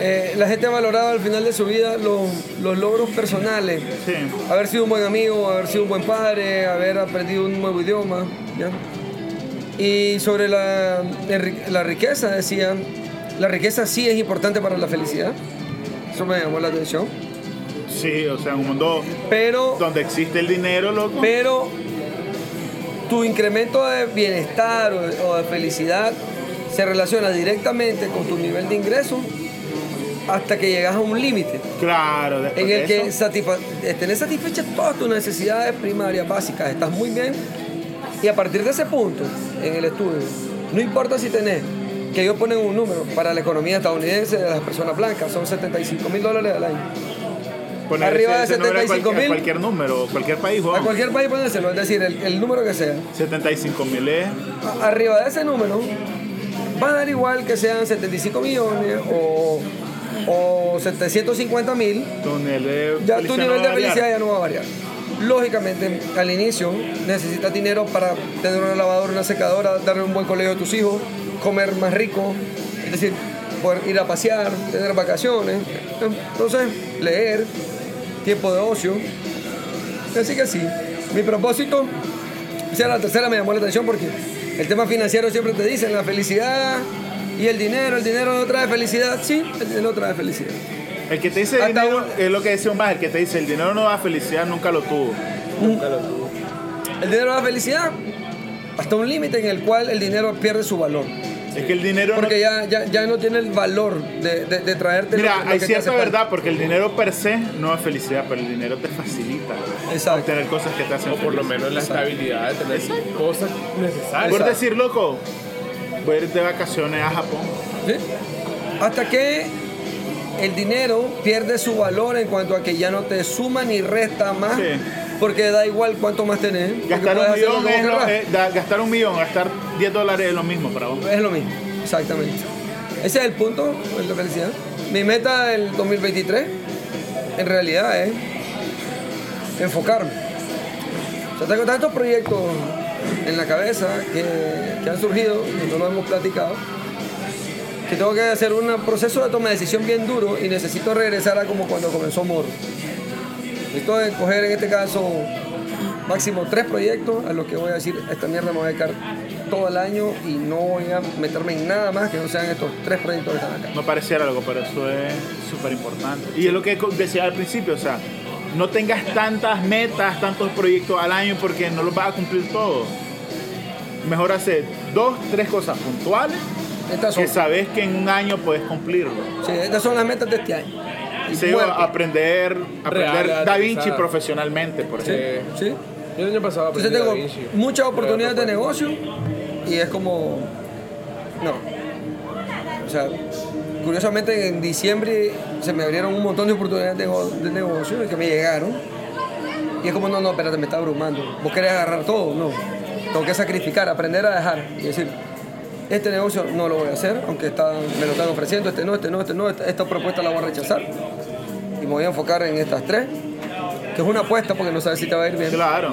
eh, la gente ha valorado al final de su vida los, los logros personales.
Sí.
haber sido un buen amigo, haber sido un buen padre, haber aprendido un nuevo idioma. ¿ya? Y sobre la, enri- la riqueza, decía, la riqueza sí es importante para la felicidad. Eso me llamó la atención.
Sí, o sea, en un mundo
Pero,
donde existe el dinero, loco.
pero tu incremento de bienestar o de, o de felicidad se relaciona directamente con tu nivel de ingreso hasta que llegas a un límite.
Claro, después
En
de
el que
eso,
satisfa- eh, tener satisfechas todas tus necesidades primarias, básicas, estás muy bien. Y a partir de ese punto, en el estudio, no importa si tenés, que ellos ponen un número para la economía estadounidense de las personas blancas, son 75 mil dólares al año.
poner
arriba de
ese- ese número a
75.000.
cualquier, a cualquier número, cualquier país,
A
weón.
cualquier país ponérselo, es decir, el, el número que sea.
75 mil eh. es.
A- arriba de ese número, va a dar igual que sean 75 millones o, o 750 mil.
Tu nivel de
Ya tu
eh. felicidad no
nivel
va
de
a variar.
felicidad ya no va a variar. Lógicamente, al inicio necesitas dinero para tener una lavadora, una secadora, darle un buen colegio a tus hijos, comer más rico, es decir, poder ir a pasear, tener vacaciones, entonces leer, tiempo de ocio. Así que sí, mi propósito, o sea, la tercera me llamó la atención porque el tema financiero siempre te dicen la felicidad y el dinero, el dinero no trae felicidad, sí, el dinero trae felicidad.
El que te dice
Hasta
dinero
un-
es lo que decía un más, el que te dice el dinero no da felicidad, nunca lo tuvo.
Nunca lo tuve.
El dinero da felicidad hasta un límite en el cual el dinero pierde su valor.
Es que el dinero no
Porque ya, ya, ya no tiene el valor de, de- de traerte lo-
Mira,
lo
hay
que te hace
cierta
falta.
verdad, porque el dinero per se no es felicidad, pero el dinero te facilita
Exacto.
obtener cosas que te hacen
O por lo
feliz.
menos la
Exacto.
estabilidad de tener cosas necesarias.
Por
Exacto.
decir, loco, voy a ir de vacaciones a Japón.
¿Sí? Hasta que el dinero pierde su valor en cuanto a que ya no te suma ni resta más.
Sí.
Porque da igual cuánto más tenés. porque
Gastar
puedes
un,
hacer lo
millón
que
es
vos
lo-
querrás.
eh, da- gastar un millón, gastar 10 dólares es lo mismo para vos.
Es lo mismo, exactamente. Ese es el punto, el de felicidad. Mi meta del 2023, en realidad, es enfocarme. O sea, tengo tantos proyectos en la cabeza que, que han surgido, que no lo hemos platicado, que tengo que hacer un proceso de toma de decisión bien duro y necesito regresar a como cuando comenzó Moro. Necesito de coger en este caso máximo tres proyectos a los que voy a decir, esta mierda me voy a dedicar todo el año y no voy a meterme en nada más que no sean estos tres proyectos que están acá.
No pareciera algo, pero eso es súper importante. Y es lo que co- decía al principio, o sea, no tengas tantas metas, tantos proyectos al año porque no los vas a cumplir todos. Mejor hacer dos, tres cosas puntuales
Estas son,
que sabes que en un año puedes cumplirlo.
sí, estas son las metas de este año. Y
Sí,
muerto.
a- aprender, aprender
Real,
Da Vinci
realizada.
profesionalmente, por
Sí,
ejemplo.
sí.
Este, Yo el año pasado
Entonces
aprendí
tengo
Da Vinci.
muchas
Pero
oportunidades de
no puedo.
negocio y es como. No. O sea, curiosamente en diciembre se me abrieron un montón de oportunidades de, nego- de negocio que me llegaron. Y es como, no, no, espérate, me está abrumando. ¿Vos querés agarrar todo? No. Tengo que sacrificar, aprender a dejar. Y decir, este negocio no lo voy a hacer, aunque está, me lo están ofreciendo, este no, este no, este no, esta, esta propuesta la voy a rechazar. Y me voy a enfocar en estas tres, que es una apuesta porque no sabes si te va a ir bien.
Claro.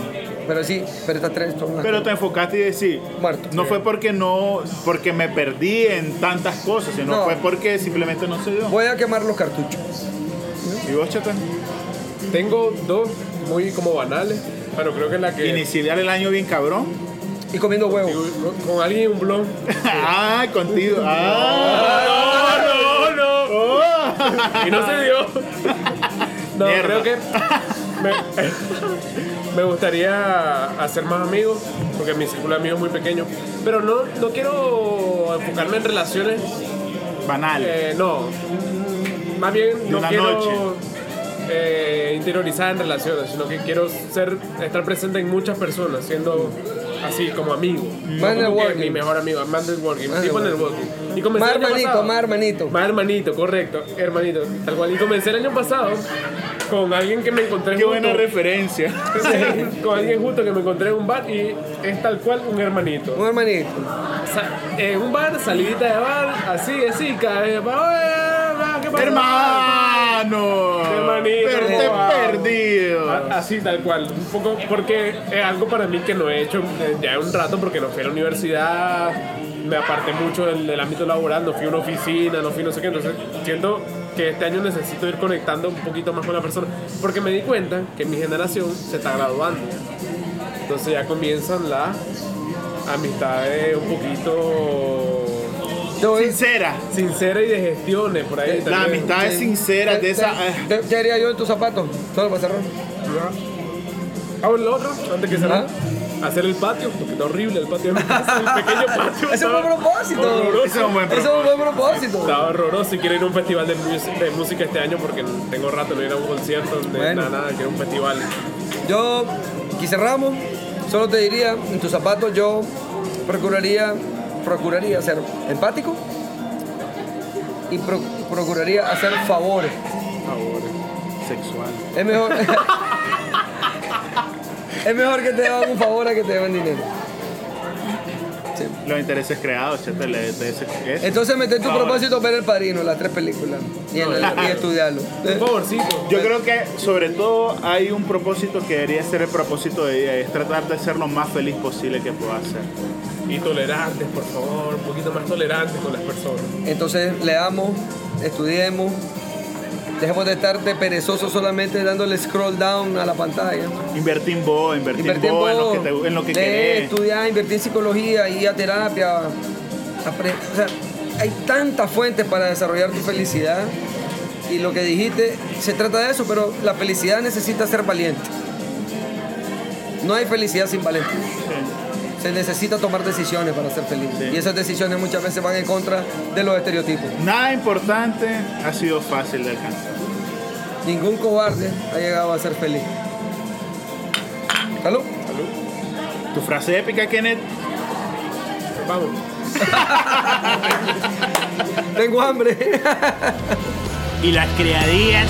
Pero sí, pero estas tres son las
Pero te enfocaste y decís,
Muerto.
no fue porque no, porque me perdí en tantas cosas, sino
No.
fue porque simplemente no se dio.
Voy a quemar los cartuchos.
¿Y vos, Chata?
Tengo dos muy como banales, pero creo que la
Eh.
que...
Iniciar el año bien cabrón.
Y comiendo huevos.
Digo, Con alguien en un blog.
ah, contigo. Ah,
no, no.
Oh.
Y no se dio. No,
Mierda.
creo que me, me gustaría hacer más amigos, porque mi círculo de amigos es muy pequeño. Pero no, no quiero enfocarme en relaciones.
Banal.
eh, no, Mm, más bien no
una
quiero
noche.
eh, interiorizar en relaciones, sino que quiero ser, estar presente en muchas personas, siendo así como amigo.
Más
No como que
networking.
Mi mejor amigo, más networking.
Más
tipo
networking.
networking. Y comencé el
Más
año
hermanito,
pues, pasado-
más hermanito.
Más hermanito, correcto, hermanito, tal cual. Y comencé el año pasado con alguien que me encontré
Qué buena
junto.
referencia.
con alguien justo que me encontré en un bar y es tal cual un hermanito.
Un hermanito.
Sa- en un bar, salidita de bar, así, así, cada vez más, "Oye, ma, ¿qué pasó?"
Hermano.
Hermanito,
Per- te
wow. Ah,
perdido.
A- Así tal cual, un poco porque es algo para mí que no he hecho eh, ya un rato porque no fui a la universidad, me aparté mucho del, del ámbito laboral, no fui a una oficina, no fui no sé qué, entonces siento que este año necesito ir conectando un poquito más con la persona porque me di cuenta que mi generación se está graduando, entonces ya comienzan las amistades un poquito
Entonces,
Sincera.
sincera y de gestiones por ahí
Las
eh, también.
amistades sinceras de esa. ah,
¿Qué qué haría yo en tus zapatos? Solo para cerrar.
Ajá. Ah, bueno, lo otro, antes que cerrar, hacer el patio, porque está horrible el patio. de mi casa, El pequeño patio.
Ese fue un propósito.
Horroroso.
Ese es un buen
Eso es un buen propósito.
Estaba horroroso y quiero ir a un festival de, mus- de música este año porque tengo rato no ir a un concierto, de
Bueno.
nada, nada, quiero un festival.
Yo, aquí cerramos. Solo te diría, en tus zapatos yo procuraría, procuraría ser empático y pro- procuraría hacer favores.
Sexual.
Es mejor. es mejor que te hagan un favor a que te den dinero.
Los intereses creados, etcétera, le- de ese- ese.
Entonces, meter tu
Favor.
propósito ver el padrino, las tres películas. Y, en- y estudiarlo.
Por favorcito.
Yo creo que sobre todo hay un propósito que debería ser el propósito de ella, es tratar de ser lo más feliz posible que pueda ser.
Y tolerantes, por favor, un poquito más tolerantes con las personas.
Entonces leamos, estudiemos, dejemos de estar de perezosos solamente dándole scroll down a la pantalla.
Invertir en vos, invertir,
Invertir
en vos, en lo que,
vos,
te- en lo que
leer,
querés.
estudiar, invertir en psicología, ir a terapia. apre- o sea, hay tantas fuentes para desarrollar tu felicidad. Y lo que dijiste, se trata de eso, pero la felicidad necesita ser valiente. No hay felicidad sin valentía. Se necesita tomar decisiones para ser feliz.
Sí.
Y esas decisiones muchas veces van en contra de los estereotipos.
Nada importante ha sido fácil de alcanzar.
Ningún cobarde ha llegado a ser feliz. ¿Salud?
Tu frase épica, Kenneth,
Vamos.
Tengo hambre.
y las creadías.